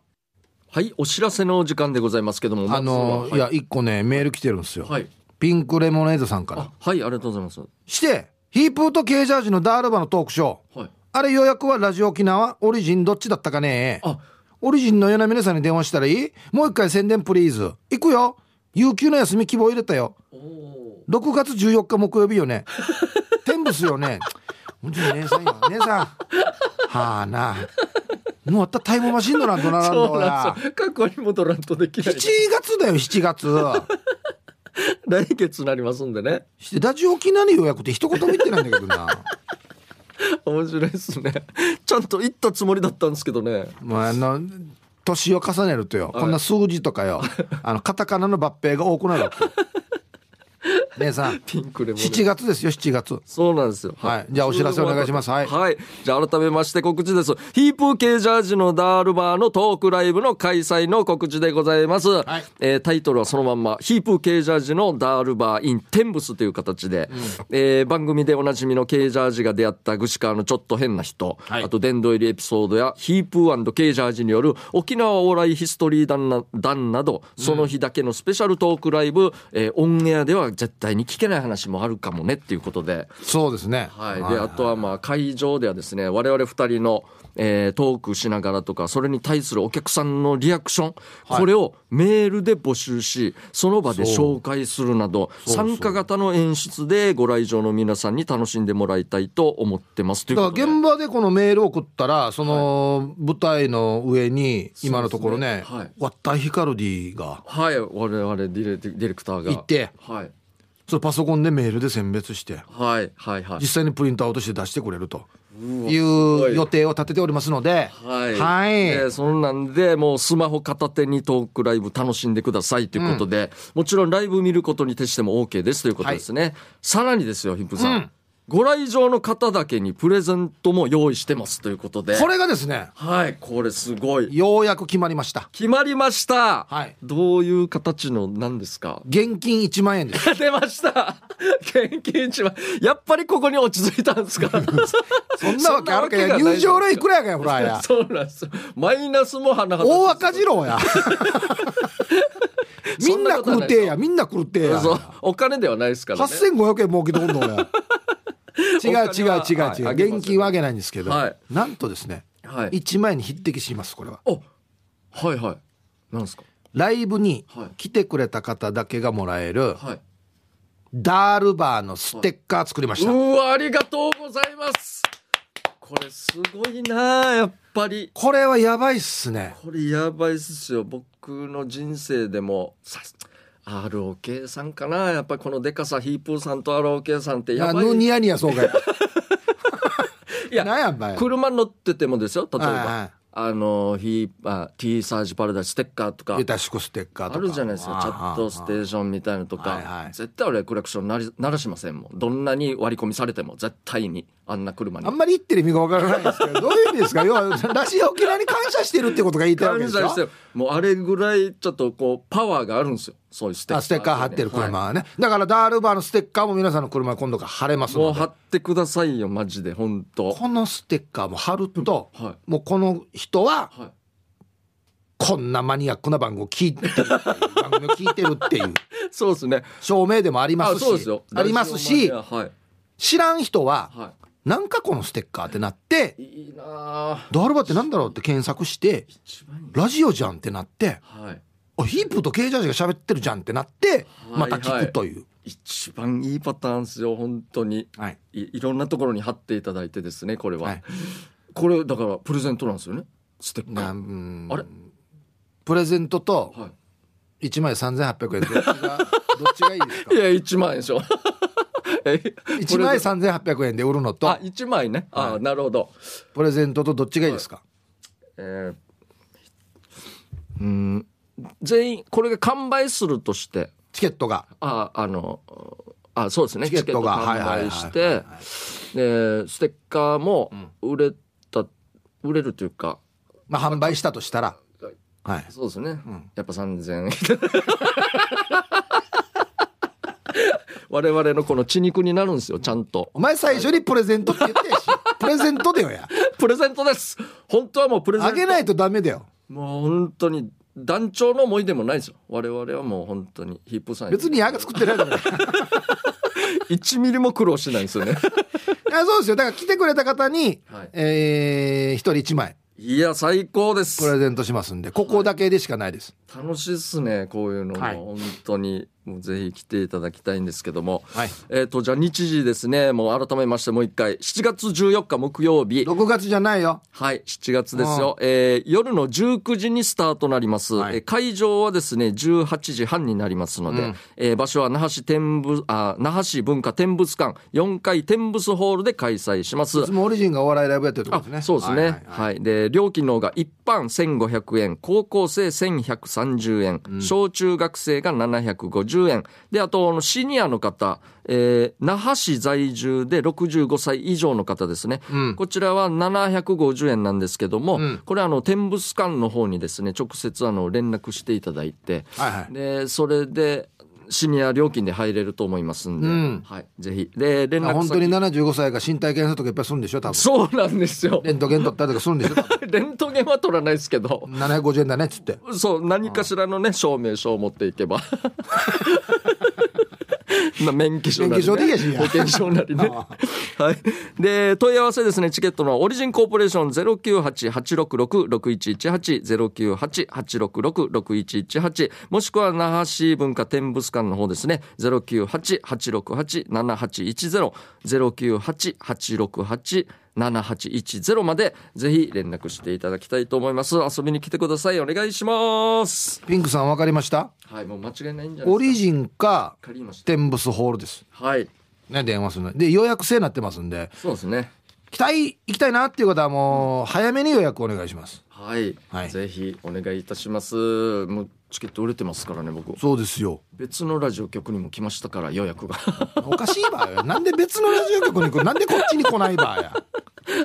はいお知らせの時間でございますけども
あの
まず
い
は
や一個ねメール来てるんですよ、
はい、はい、
ピンクレモネードさんから
あはいありがとうございます
してヒープーとケージャージのダールバのトークショー
はい
あれ予約はラジオ沖縄オリジンどっちだったかね
あ
オリジンのような皆さんに電話したらいいもう一回宣伝プリーズ行くよ有給の休み希望入れたよ
おお
6月14日木曜日
[LAUGHS]
よね天ブスよね本当に姉さんよ姉さんはあなもうあったタイムマシンのなんとならん
そ
の
う
や
なんですよ過去に戻らんとでき
[LAUGHS]
ない
7月だよ7月
来月になりますんでね
してラジオ沖縄の予約って一言も言ってないんだけど [LAUGHS] な
面白いですねちゃんと行ったつもりだったんですけどね
まああの年を重ねるとよこんな数字とかよあのカタカナの抜兵が多くなるわ [LAUGHS] け姉さん
ピンクレモン
7月ですよ7月
そうなんですよ。
はいじゃあお知らせお願いしますはい
じゃあ改めまして告知です。ヒープー系ジャージのダールバーのトークライブの開催の告知でございます。
い
えータイトルはそのまんま、ヒープー系ジャージのダールバー in テンブスという形で、えー番組でおなじみの系ジャージが出会ったグシカーのちょっと変な人、
い
あと殿堂入りエピソードやヒープー系ジャージによる沖縄往来ヒストリー団な団など、その日だけのスペシャルトークライブ、えーオンエアでは絶対に聞けない話もあるかもねっていうことで、
そうですね
はい、であとはまあ会場ではですね我々2人の、えートークしながらとかそれに対するお客さんのリアクション、これをメールで募集しその場で紹介するなど参加型の演出でご来場の皆さんに楽しんでもらいたいと思ってますという
だ
こ
か
とで
ら現場でこのメールを送ったらその舞台の上に今のところね
そうですねはい
ワッタヒカルディが
はい我々ディレディレクターが
行って
はい
それパソコンでメールで選別して
はいはいはい
実際にプリントアウトして出してくれると
うわ
い
すご
う
い
予定を立てておりますので
はい、
はい
でそんなんでもうスマホ片手にトークライブ楽しんでくださいということで、もちろんライブ見ることに徹しても OK ですということですね、さらにですよヒップさん、
うん
ご来場の方だけにプレゼントも用意してますということで
これがですね
はいこれすごい
ようやく決まりました
決まりました、
はい
どういう形のなんですか
現金1万円です
出ました [LAUGHS] 現金一番やっぱりここに落ち着いたんですか
[LAUGHS] そんなわけあるけ
そんなわけが
ど
ない
入場料いくらやかんやほらや
そうなんですよマイナスも鼻が立つ
大赤字郎やみんな
[LAUGHS] そんなことは
狂
な
っ
いです
て
よ
やみんな狂ってや
そう [LAUGHS] お金ではないですからね。
8500円儲けとんの俺違う違う違
はいうあ
違
げ
う
ます
現金はあげないんですけど、
はい
なんとですね、
はい
1万円に匹敵しますこれは
おはいはい。なんですか。
ライブに
はい
来てくれた方だけがもらえる、
はい。
ダールバーのステッカー作りまし
う
た、
わありがとうございます。これすごいなあやっぱり。
これはやばいっすね
これやばいっすよ。僕の人生でもさ ROK さんかなやっぱりこのデカさヒープーさんと ROK さんってや
あ
ばい。
のニヤニヤそうかい
[LAUGHS] いや
なんやばい
車乗っててもですよ例えば、
はいはい
あのヒーあ T サージパラダイスステッカーとか
ゆたしこステッカーとか
あるじゃないですかチャットステーションみたいなのとか、
はいはい
絶対俺クラクション鳴り鳴らしませんもんどんなに割り込みされても絶対にあんな車に
あんまり言ってる意味がわからないですけど、どういう意味です
[LAUGHS]
か要は、ラジオ沖縄に感謝してるってことが言いたいわけ
感
です
謝
よ
してるもうあれぐらいちょっとこうパワーがあるんですよそういうステッカー
あステッカー貼ってる
はい
車はね、だからダールバーのステッカーも皆さんの車今度から貼れます
もう
ので
貼ってくださいよマジで本当
このステッカーも貼ると、
はい
もうこの人は
はい
こんなマニアックな番組を聞いてるっていう番組を聞いてるっていう
そうですね
証明でもありま
あ
すし
そうですよ
ありますし
ラジオマニ
知らん人は、
アはい、は
なんかこのステッカーってなって
い、いいなあ
ダールバーってなんだろうって検索して
一番いいな
ラジオじゃんってなって
はい
あヒップとケイジャージが喋ってるじゃんってなって
はい
また聞くという。
一番いいパターンですよ本当に
はい
いいろんなところに貼っていただいてですねこれは、
はい
これだからプレゼントなんですよねステッカ
な
ー
ん
あれ
プレゼントと
は
1枚3800円どっちがどっちがいいですか
[LAUGHS] いいや1万円でしょえ
1枚
プ
3800円で売るのと
レゼントあ一1枚ねあ、
はい
なるほど
プレゼントとどっちがいいですか、
えーうん全員これが完売するとして
チケットが
ああのあそうですね
チケットが
チケット完売し
はい
てでステッカーも売れた、売れるというか
まあ販売したとしたら
はい
はい
そうですね、やっぱ3000円 [LAUGHS] 我々のこの血肉になるんですよちゃんと
お前最初にプレゼントって言ってや
[LAUGHS]
しプレゼントだよや
プレゼントです本当はもうプレゼン
あ
ト
げないとダメだよ
もう本当に団長の思い出もないですよ我々はもう本当にヒップさん
別に矢が作ってないから
[LAUGHS]
い
1ミリも苦労してないんですよ
[LAUGHS]
ね
やそうですよだから来てくれた方に、
はい
えー、1人1枚
いや最高で
プレ
す
ゼントしますんでここだけでしかないです、
楽しいっすねこういうのも、
はい
本当にもうぜひ来ていただきたいんですけども、
はい
えっ、とじゃあ日時ですねもう改めましてもう一回7月14日木曜日
6月じゃないよ
はい、7月ですよ。えー夜の19時にスタートになります。
はい
えー会場はですね、18時半になりますので、えー場所は那覇市天物、あ、那覇市文化天物館4階天物ホールで開催します
いつ。もオリジンがお笑いライブやってるとこ
あ
ですね
そうですね、はい
は
い
はいはい
で料金の方が一般1500円高校生1130円、小中学生が750円であとあのシニアの方、えー那覇市在住で65歳以上の方ですね、こちらは750円なんですけども、これあの天物館の方にですね直接あの連絡していただいて、
はいはい
でそれでシニア料金で入れると思いますんで、
ん
はい、ぜひで連
あ
絡
本当に
先
75歳が身体検査とかいっぱいするんでしょ
[LAUGHS]
多分
そうなんですよ
レントゲン取ったりとかするんでしょ多分
[LAUGHS] レントゲンは取らないですけど、
750円だねっつって
そう、何かしらのね、証明書を持っていけば。な免許証なり、ね、
免許証でいいやしや
保険証なりね。はい。で、問い合わせですね、チケットのオリジンコーポレーション098-866-6118、098-866-6118、もしくは那覇市文化展物館の方ですね、098-868-7810、098-868-7810、 7810までぜひ連絡していただきたいと思います遊びに来てくださいお願いします
ピンクさん分かりました
はいもう間違いないんじゃない
オ
です
リジンか
か借りました
テンブスホールです
はい
ね電話するので予約制になってますんで
そうですね
期待行きたいなっていう方はもう早めに予約お願いします
はい、
はい
ぜひお願いいたしますもうチケット売れてますからね僕
そうですよ
別のラジオ局にも来ましたから予約が [LAUGHS]
おかしいばよなんで別のラジオ局に来るなんでこっちに来ないばや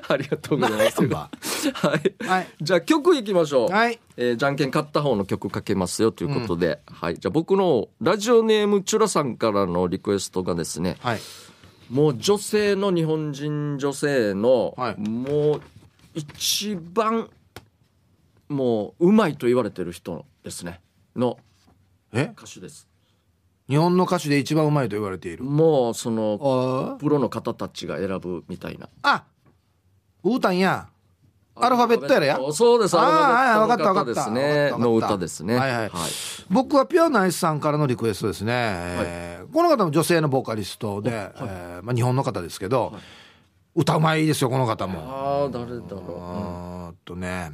ありがとうご
[LAUGHS] な
ざいま
んや
す
ば
はい、
はい
じゃあ曲いきましょう、
はい
えーじゃんけん勝った方の曲かけますよということで、はい、じゃあ僕のラジオネームチュラさんからのリクエストがですね
はい
もう女性の日本人女性の、
はい
もう一番もううまいと言われてる人ですねの
え
歌手です
日本の歌手で一番うまいと言われている
もうその
あ
プロの方たちが選ぶみたいな
あウータンやアルファベットやらや
そうです
あー
アルファベットの
はいわか
方
っ
で
た
す
わかっ
ね
たわかった
の歌ですね
はいはい僕はピュアナイスさんからのリクエストですね、えーこの方も女性のボーカリストで、えーまあ、日本の方ですけど、歌うまいですよこの方も
ああ誰だろ
あーっとね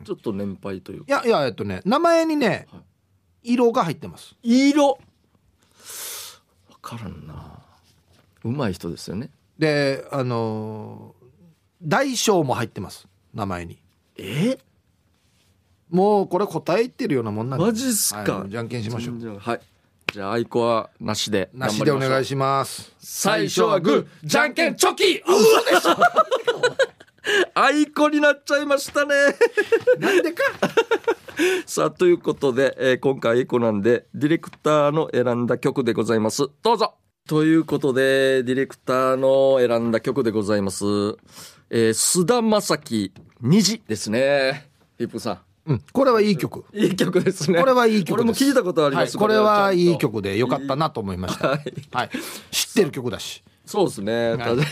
うちょっと年配という
いやいやえっとね名前にね、
は
色が入ってます
色分からんなうまい人ですよね
であのー大小も入ってます名前に
え
もうこれ答えてるようなもんなんで
マジっすか
はいじゃんけんしましょう
はいじゃあアイコはなしで
なしでお願い
し
します
最初はグーじゃんけんチョキうわでしょアイコになっちゃいましたね
なんでか
[LAUGHS] さあということで、えー今回エコなんでディレクターの選んだ曲でございますどうぞということでディレクターの選んだ曲でございます、えー、須田将暉虹ですねヒップさ
うんこれはいい曲
んいい曲ですね
これはいい曲です
これも聞いたことあります、
はいこれはいい
ちゃんと
曲でよかったなと思いました
はい
はい、知ってる曲だし
そうですね、ただ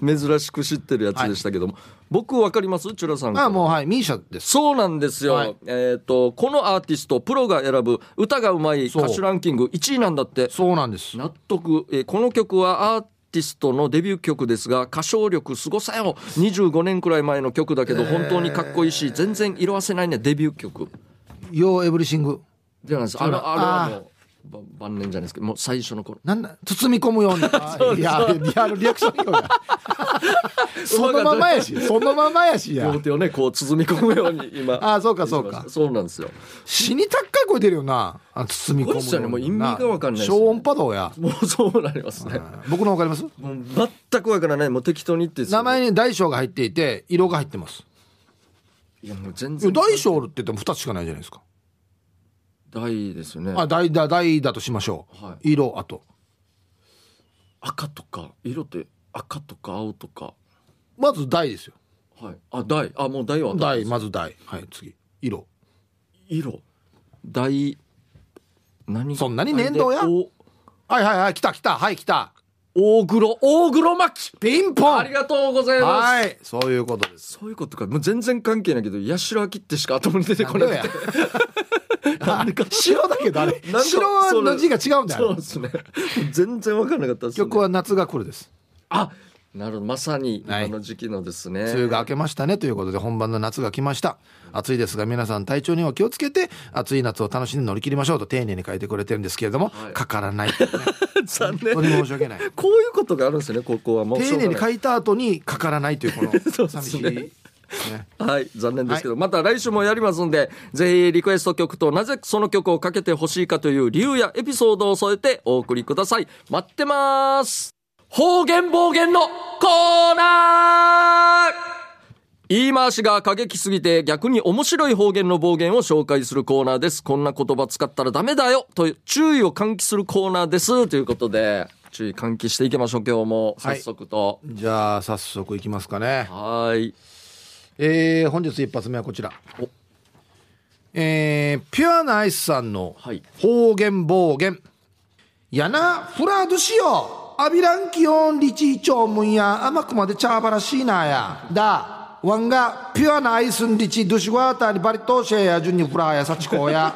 [LAUGHS] 珍しく知ってるやつでしたけども、僕わかりますチュラさん
あもうはいミーシャです
そうなんですよ、
はい
えっ、とこのアーティストプロが選ぶ歌がうまい歌手ランキング1位なんだって
そうなんです
納得、えーこの曲はアーティストのデビュー曲ですが歌唱力すごさよ25年くらい前の曲だけど本当にかっこいいし全然色褪せないねデビュー曲
「Yo Everything
じゃないですあ
う
れ
だ
あれはもうば晩年じゃないですけどもう最初の頃」
なんだ包み込む
[LAUGHS]
ようにいやリアルリアクションよやそのままやしそのままやしや
両手をねこう包み込むように今
あそうかそうか
そうなんですよ
死に高い声出るよなあ包み込む
す
ように
ごいっすよねもう意味がわかんないですね
超音波動や
もうそうなりますね
僕のわかります
もう全くわからないもう適当に言って
名前
い
に大小が入っていて色が入ってます
やもう全
いや
然
大小って言っても2つしかないじゃないですか
大ですよね
あ大だ大だとしましょう、
は
色あと
赤とか色って赤とか青とか
まず大ですよ
はいあ大あもう大は当たり
大
です
まず大はい次色
色大何
そんなに粘土や
大で
はいはいはい来た来たはい来た
お大黒大黒巻
ピンポン
ありがとうございます、
はいそういうことです
そういうことかもう全然関係ないけど八代亜紀ってしか頭に出てこなくて
なんでか白だけどあれ
[LAUGHS] なんで
白の字が違うんだ
そう
よ
ですね [LAUGHS] 全然分からなかったです、ね、
曲は夏が来るです
あなるほどまさに
はい
今の時期のです [LAUGHS] ね、
梅雨が明けましたねということで本番の夏が来ました暑いですが皆さん体調には気をつけて暑い夏を楽しんで乗り切りましょうと丁寧に書いてくれてるんですけれども、
はい
かからないっていうね
残
本当
念
に申し訳ない
こういうことがあるんですねここはもうしょ
丁
うが
寧
ない
に書いた後にかからないというこ
[LAUGHS]
の
そうで
寂
す
し
ね
い、ね、
はい、残念ですけど、また来週もやりますんで、ぜひリクエスト曲となぜその曲をかけてほしいかという理由やエピソードを添えてお送りください。待ってます方言暴言のコーナー言い回しが過激すぎて逆に面白い方言の暴言を紹介するコーナーです。こんな言葉使ったらダメだよという注意を喚起するコーナーです。ということで、注意喚起していきましょう、今日も。
は
早
い
速と。
じゃあ早速いきますかね
はい。
えー本日一発目はこちら
お
えーピュアなアイスさんの
はい
方言暴言「やなフラドシよアビランキオンリチーチョームンや甘くまでチャーバラシーナや」だワンがピュアなアイスンリチドゥシュワーターにバリトーシェやジュニフラーやサチコーや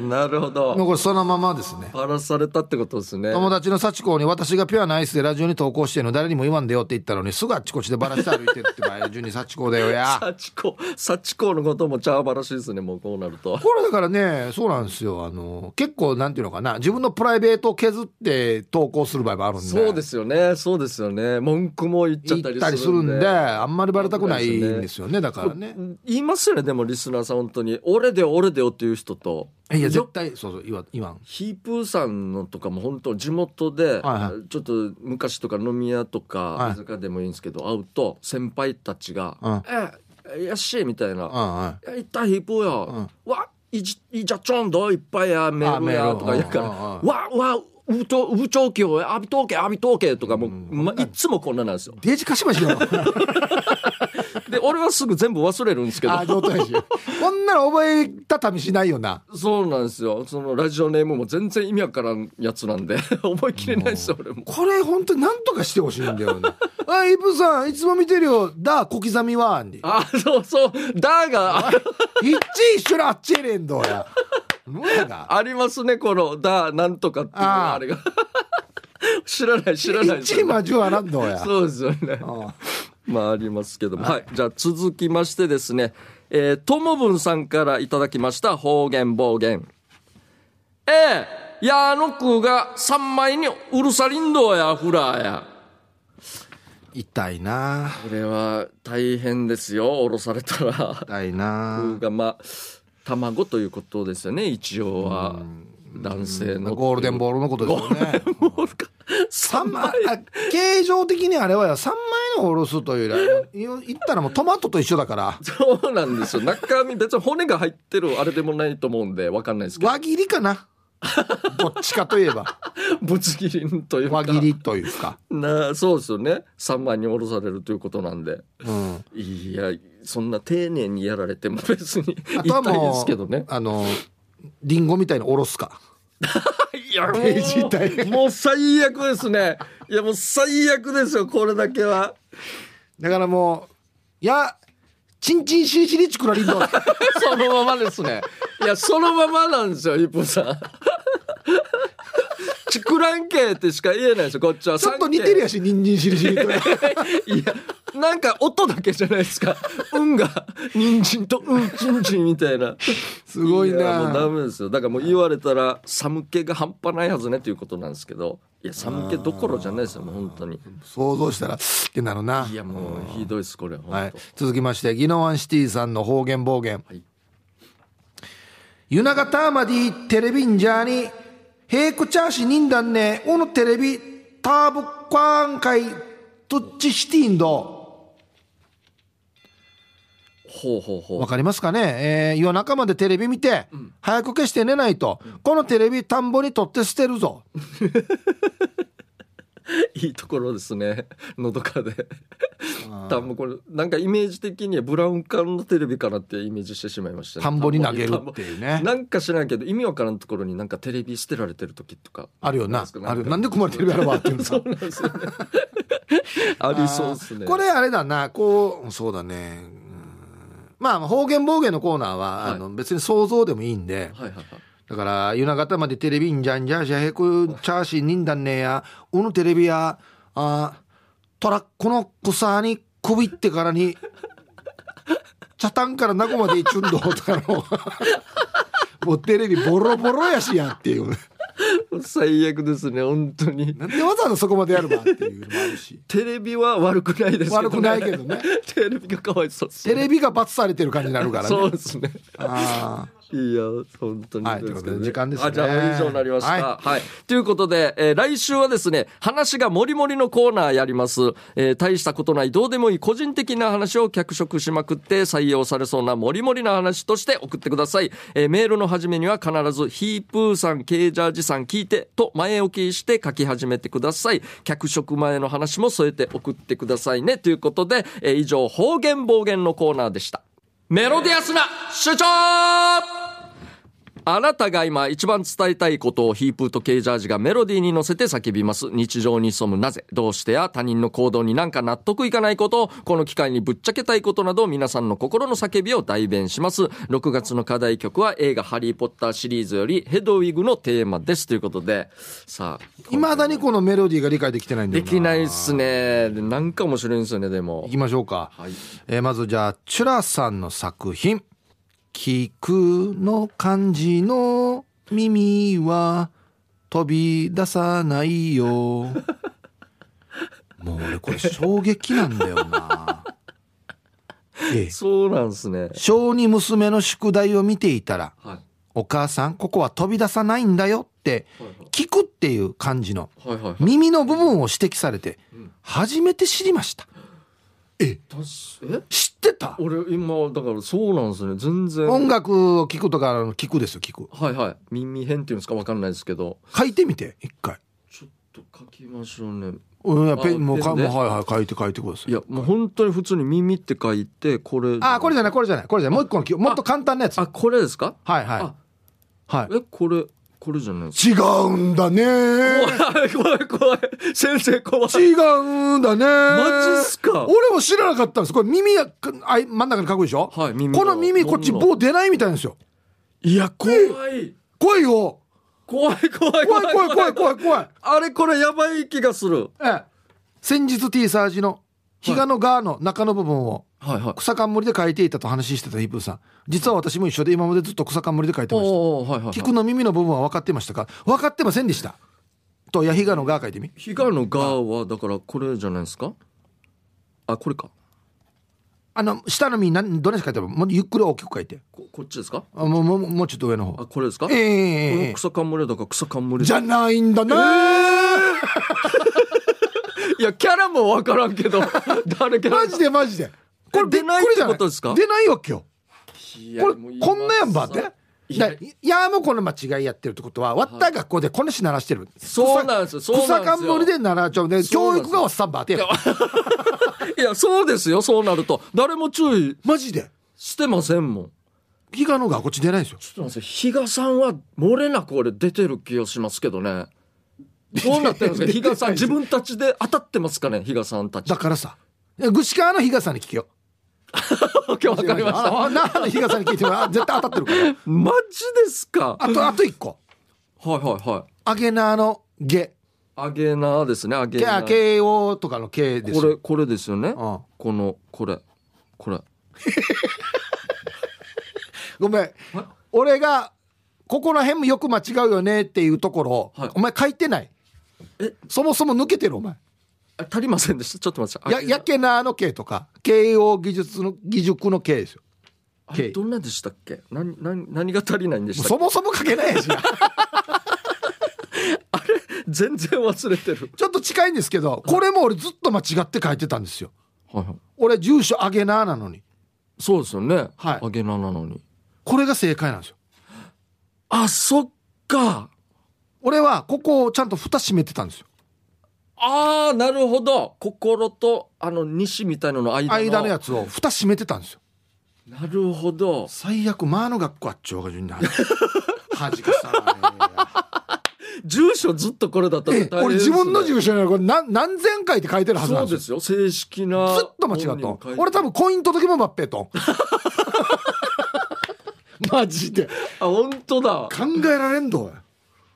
なるほ
もう
ど
これそのままですね
パラされたってことですね
友達の幸子に私がピュアなアイスでラジオに投稿してるの誰にも言わんでよって言ったのにすぐあっちこっちでバラして歩いてるって前順に幸子だよ [LAUGHS] や
幸子幸子のこともチャーバラしいですねもうこうなると
これだからねそうなんですよあの結構なんていうのかな自分のプライベートを削って投稿する場合もあるんで
そうですよねそうですよね文句も言っちゃった
行ったり
り
す
す
る
る
ん
ん
で
で
あんまりバレたくないんですよねだからね
言いますよねでもリスナーさん本当に「俺で俺でよ」っていう人と
いや絶対そうそう言わ言わん
ヒープーさんのとかも本当地元で、
はいは
ちょっと昔とか飲み屋と
は
か
い
居酒屋でもいいんですけど、会うと先輩たちが
うん
「ええやっしー」みたいな
うんうん
「いや行ったヒープーよ、わいじいじゃちょんどいっぱいやメール
あメー
や」
ル
とか言うから
うんうん
「わわうとうちょうきを浴びとうけ浴びとうけ」とかもう、ま、いつもこんななんですよ。
デージかしば [LAUGHS] しよ
で俺はすぐ全部忘れるんですけど
あ状態しこんなの覚えたたみしないよな
そうなんですよそのラジオネームも全然意味わからんやつなんで [LAUGHS] 覚えきれないですよ俺も。
これ本当になんとかしてほしいんだよなあイブさんいつも見てるよだ小刻みはに
あそうそう「だ」があ
[LAUGHS] 一一緒にあっちへれんどや無理が
ありますねこの「だ」なんとかっていう
あー
あれが [LAUGHS] 知らない知らないです
一
よね
まじゅわらんどや
そうですよねまあありますけどもはいじゃあ続きましてですねえーともぶんさんからいただきました方言暴言ええやのくが三枚にうるさりんどやフラーや
痛いな
これは大変ですよ降ろされたら [LAUGHS]
痛いな
がまあ卵ということですよね一応は男性の
ゴールデンボールのことですよね
ボールか
三枚あ形状的にあれはよ三枚のおろすというよりは言ったらもうトマトと一緒だから
[LAUGHS] そうなんですよ中身別に骨が入ってるあれでもないと思うんでわかんないですけど
輪切りかなどっちかとい
[LAUGHS]
えば
ぶつ切りというか
輪切りというか、
なそうですよね3枚におろされるということなんで
うん、
いやそんな丁寧にやられても別に
あと
痛
はい
で
も
すけど
う、
ね
あのリンゴみたいにおろすか
いやも
ページ痛
うもう最悪ですねいやもう最悪ですよこれだけは。
だからもういやチンチンシリシリチクラリンド
そのままですね。いや、そのままなんですよ、ヒップさん。チクラン系ってしか言えないですよ、こっちは。
ちょっと似てるやしニンジンシリシリと
いや、なんか音だけじゃないですか。運が、人参と、うん、チンチンみたいな。
[LAUGHS] すごい
やもうダ
な
メですよ。だからもう言われたら、寒気が半端ないはずねということなんですけど、いや、寒気どころじゃないですよ、もう本当に。
想像したらってなるない
や、もうひどいです、これ、本当。
はい、続きましてギノワンシティさんの方言暴言、
はい
ユナガターマディテレビンジャーにヘイクチャーシニンダンネオのテレビターブクワンカイトッチシティンド
ほうほうほう
わ。かりますかね、えー夜中までテレビ見て、早く消して寝ないと、このテレビ田んぼに取って捨てるぞ
いいところですね。 [LAUGHS] のどかで。多分これ、なんかイメージ的にはブラウン管のテレビかなってイメージしてしまいましたね、
田んぼに投げるっていう
田
ね
んぼになんか知らんけど、意味わからんところになんかテレビ捨てられてる時とか。
あるよな
ですか
あるなんで困るテレビあるわっていうんだ
そうなんですよ
[LAUGHS]
ね。ありそうですね。
これあれだなこうそうだねうんまあ方言暴言のコーナーは、
はい
あの別に想像でもいいんで
はいはいはい。
だから夕方までテレビんじゃんじゃしゃへくチャーシーにんだんねやうのテレビやあトラックの草にこびってからに茶炭から名古までいちゅんどとかのもうテレビボロボロやしやっていう
最悪ですね、本当に。
なんでわざわざそこまでやるばっていうのもあるし
テレビは悪くないですけど、ね。
悪くないけどね。
テレビがかわいそうですね、
テレビが罰されてる感じになるからね
そうですね。
あー
いや、本当に
はい
ですけ
と
ど
いうこと
ね
で時間ですね
あ、じゃあもう以上になりました。
は
はい。ということで、えー来週はですね、話がもりもりのコーナーやります。えー大したことない、どうでもいい個人的な話を脚色しまくって採用されそうなもりもりな話として送ってください。えーメールの始めには必ず、ヒープーさん、ケージャージさん聞いてと前置きして書き始めてください。脚色前の話も添えて送ってくださいね。ということで、えー以上、方言暴言のコーナーでした。メロディアスな主張あなたが今一番伝えたいことをヒープーとケイジャージがメロディーに乗せて叫びます。日常に潜むなぜ、どうしてや他人の行動になんか納得いかないことを、この機会にぶっちゃけたいことなど皆さんの心の叫びを代弁します。6月の課題曲は映画ハリーポッターシリーズよりヘドウィグのテーマです。ということで、さあ、
いまだにこのメロディーが理解できてないんだよ
で
な
きないっすね。でなんか面白いんですよね、でも
い。きましょうか、
はい
えーまずじゃあチュラさんの作品「聞く」の漢字の耳は飛び出さない
[LAUGHS]
よもう俺これ衝撃なんだよなええ
そうなんですね。
小児娘の宿題を見ていたら
はい。
「お母さんここは飛び出さないんだよ」って「聞く」っていう漢字の
はいはいはい。
耳の部分を指摘されて初めて知りました
え
知ってた
俺今だからそうなんですね全然
音楽を聞くとかあの聞くですよ聞く
はいはい耳変っていうんですかわかんないですけど
書いてみて一回
ちょっと書きましょうね
うんいやペン
あ
もうか
ペン
も
で
うはいはい書いて書いてくださ
い
い
やもう本当に普通に耳って書いてこれ
あこれじゃないこれじゃないこれじゃないもう一個の聞くもっと簡単なやつは
あ
い
これですか
はい
あ
はい
えこれこれじゃないです
違うんだねー
怖い怖い怖い先生怖い
違うんだねー
マジっすか
俺も知らなかったんですこれ耳やかあい真ん中に書くでしょ
はい耳が
この耳こっち
どんどん
棒出ないみたいなんですよ
いや怖い
怖いよ
怖い怖い
怖い怖い怖い怖い怖い
あれこれやばい気がする
ええ先日 T サージの比嘉のガーの中の部分を
はいはい
草冠で書いていたと話してたヒープーさん実は私も一緒で今までずっと草冠で書いてまし
おおはいはい
た菊の耳の部分は分かってましたか分かってませんでしたとヤヒガのが書いてみ
被害の側はだからこれじゃないですかあこれか
あの下の耳何どれしか書いてあるもうゆっくり大きく書いて
ここっちですか
あもうもうもうちょっと上の方
あこれですか
ええ
こ
えええ
の
え
草冠だから草冠
じゃないんだな、
いやキャラもわからんけ [LAUGHS] ど誰キャラ
マジでマジでこれび
出
っ
ない
くりじゃな
っ
い
てことですか
出ないわけよ
いや
これ
もう今
こんなやんばっ
さ
て
いや
だいやーもうこの間違いやってるってことはわった学校でこのし鳴らしてる
そうなんですよそうな
草
んですよ
冠で習っちゃうんで
そう
教
なんですよ
育がおっさんばってや
いやそうですよそうなると誰も注意
マジで
してませんもん
ギガの方がこっち出ないんですよ
ちょっと待って比嘉さんは漏れなく俺出てる気がしますけどねどうなってるん [LAUGHS] ですか比嘉さん自分たちで当たってますかね比嘉さんたち
だからさ具志川の日傘に聞けよ
今日 [LAUGHS] わかりました
あ那覇の日傘に聞いてもあ絶対当たってるか
[LAUGHS]
ら
マジですか
あとあと一個
はいはいはい
アゲナーのゲ
アゲナーですねアゲ
ゲ
ナ
あ
ー
慶応とかの慶です
これ
よ
これですよね、
うん
このこれこれ
ごめん俺がここら辺もよく間違うよねっていうところを、
はい
お前書いてない
え
そもそも抜けてるお前
あ足りませんでしたちょっと待ってくだ
や
さい
やけなーの慶とか慶応技術の技術の慶ですよ
あれどんなでしたっけ何何何が足りないんでしたっ
そもそも書けない [LAUGHS] やしな
け [LAUGHS] 全然忘れてる
ちょっと近いんですけどこれも俺ずっと間違って書いてたんですよ
はいはい
俺住所アゲナーなのに
そうですよね、
はい
アゲナーなのに
これが正解なんですよ
あそっか
俺はここをちゃんと蓋閉めてたんですよ
あーなるほど心とあの西みたいなのの間の
間のやつを蓋閉めてたんですよ
なるほど
最悪間の学校あっちょが順 [LAUGHS] に恥かさない
住所ずっとこれだったら
ええ俺自分の住所にはこれ何何千回って書いてるはずなん
所
です
そう
よ
ですよ正式な
ずっと間違っ
本人も
た
書いて
俺多分婚姻届けもばっぺ [LAUGHS] とマジで
あ本当だ
考えられんど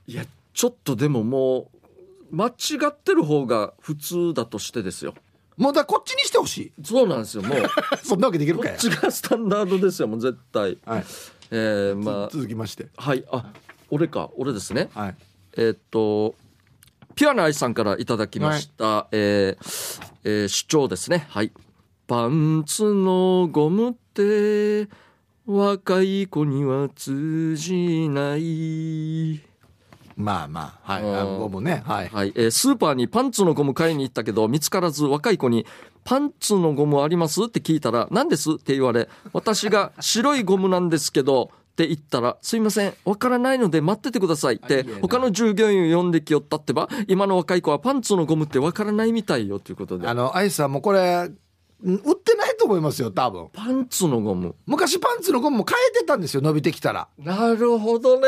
いやちょっとでももう間違ってる方が普通だとしてですよ
もうだからこっちにしてほしい
そうなんですよもう
[LAUGHS] そんなわけできる
こ
かや
っ、ちがスタンダードですよもう絶対
はい、
えー、ま
続きまして
あはいあ俺か俺ですね
はい
えーっとピュアな愛さんからいただきました、えーえー主張ですねはいパンツのゴムって若い子には通じない
まあまあはい
うん
あごぼうねはい
はいえースーパーにパンツのゴム買いに行ったけど見つからず若い子に「パンツのゴムあります?」って聞いたら「何です?」って言われ私が「白いゴムなんですけど」って言ったら「すいませんわからないので待っててください」っ
あいい
て
ね
他の従業員を呼んできよったってば今の若い子はパンツのゴムってわからないみたいよということで
あのアイスはもうこれん売ってないとと思いますよ多分
パンツのゴム
昔パンツのゴムも変えてたんですよ伸びてきたら
なるほどね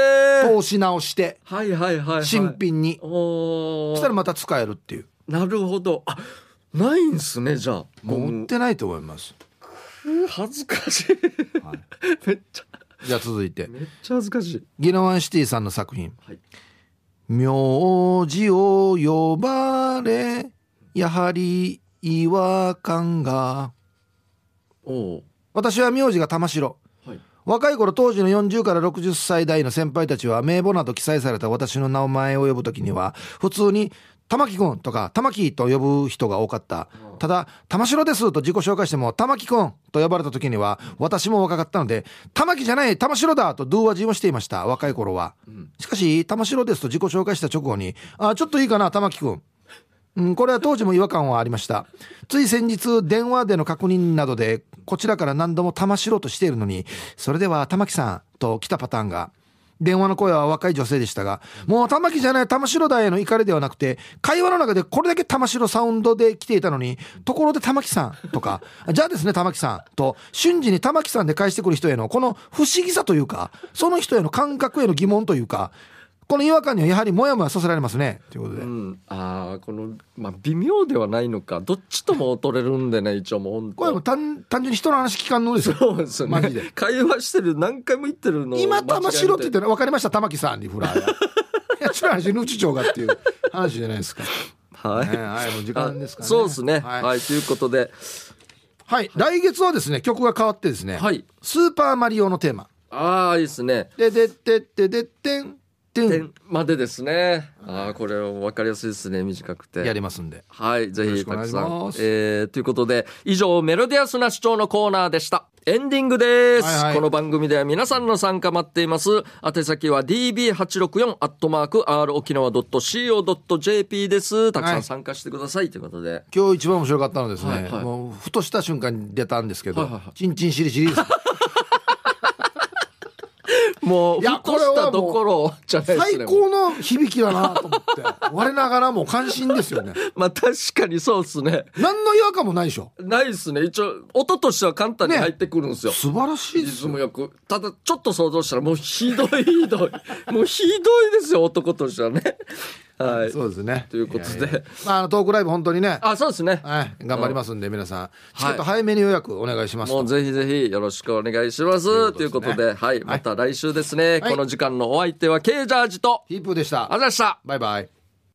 通し直して
はいはいはい、はい、
新品に
お
そ
ー
したらまた使えるっていう
なるほどあないんすねじゃあ
もう売っ
う
てないと思います
恥ずかしい、
はい
めっちゃ
じゃあ続いて
めっちゃ恥ずかしい
ギノワンシティさんの作品
はい
「名字を呼ばれやはり違和感が
おお」
私は名字が玉城
はい
若い頃当時の40から60歳代の先輩たちは名簿など記載された私の名前を呼ぶ時には普通に「玉木くん」とか「玉木」と呼ぶ人が多かったただ「玉城です」と自己紹介しても「玉木くん」と呼ばれた時には私も若かったので「玉木じゃない玉城だ」とドゥーワジをしていました若い頃は
うん
しかし玉城ですと自己紹介した直後に「あちょっといいかな玉木くん」うん、これは当時も違和感はありましたつい先日電話での確認などでこちらから何度も玉城としているのにそれでは玉木さんと来たパターンが電話の声は若い女性でしたがもう玉木じゃない玉城だへの怒りではなくて会話の中でこれだけ玉城サウンドで来ていたのにところで玉木さんとか [LAUGHS] じゃあですね玉木さんと瞬時に玉木さんで返してくる人へのこの不思議さというかその人への感覚への疑問というかこの違和感にはやはりモヤモヤさせられますねということで、
うん、ああこのまあ微妙ではないのかどっちとも取れるんでね一応もう本当
これはもう単単純に人の話聞かんのですよ
そうですよね
マジで
会話してる何回も言ってるの
今玉城って言って
る
るの分かりました玉木さんにフラーが [LAUGHS] いやちの話のうち長がっていう話じゃないですか、ね
はい、
はいもう時間ですか
あ
ね
そうですねは、
はいい、
ということで
はい来月はですね曲が変わってですね、
はい
スーパーマリオのテーマ
ああいいですね
でででででってんてん
点までですねああこれは分かりやすいですね短くて
やりますんで
はい、ぜ
よろ
ひ
しくお
た
願
く
いし
さん。
ます
えーということで、以上、メロディアスな主張のコーナーでした。エンディングです、
はいはい
この番組では皆さんの参加待っています。宛先は db864 アットマーク r 沖縄 .co.jp です。たくさ
は
ん
い
参加してください。ということで。
今日一番面白かったのはですね、
はいはい
もうふとした瞬間に出たんですけど、
はいはいはい
チンチンシリシリ
[LAUGHS]
です
もう、
いや
ふとしたどころじゃないです
最
ね。
高の響きだなと思って我ながらもう感心ですよね
まあ [LAUGHS] 確かにそうですね。
何の違和感もないでしょ
ないですね。一応、音としては簡単に入ってくるんですよ。
素晴らしい
リ
で
ズ
すよ
ムよくただちょっと想像したらもうひどいひど [LAUGHS] いもうひどいですよ男としてはね [LAUGHS] はい
そうですね
ということで
ややまああのトークライブ本当にね
あそうですね
はい頑張りますんで皆さんチケット早めに予約お願いします
も
と
うぜひぜひよろしくお願いしますということではいまた来週ですね
はい
この時間のお相手は K ジャージと
ヒープーでした
あざした
バイバイ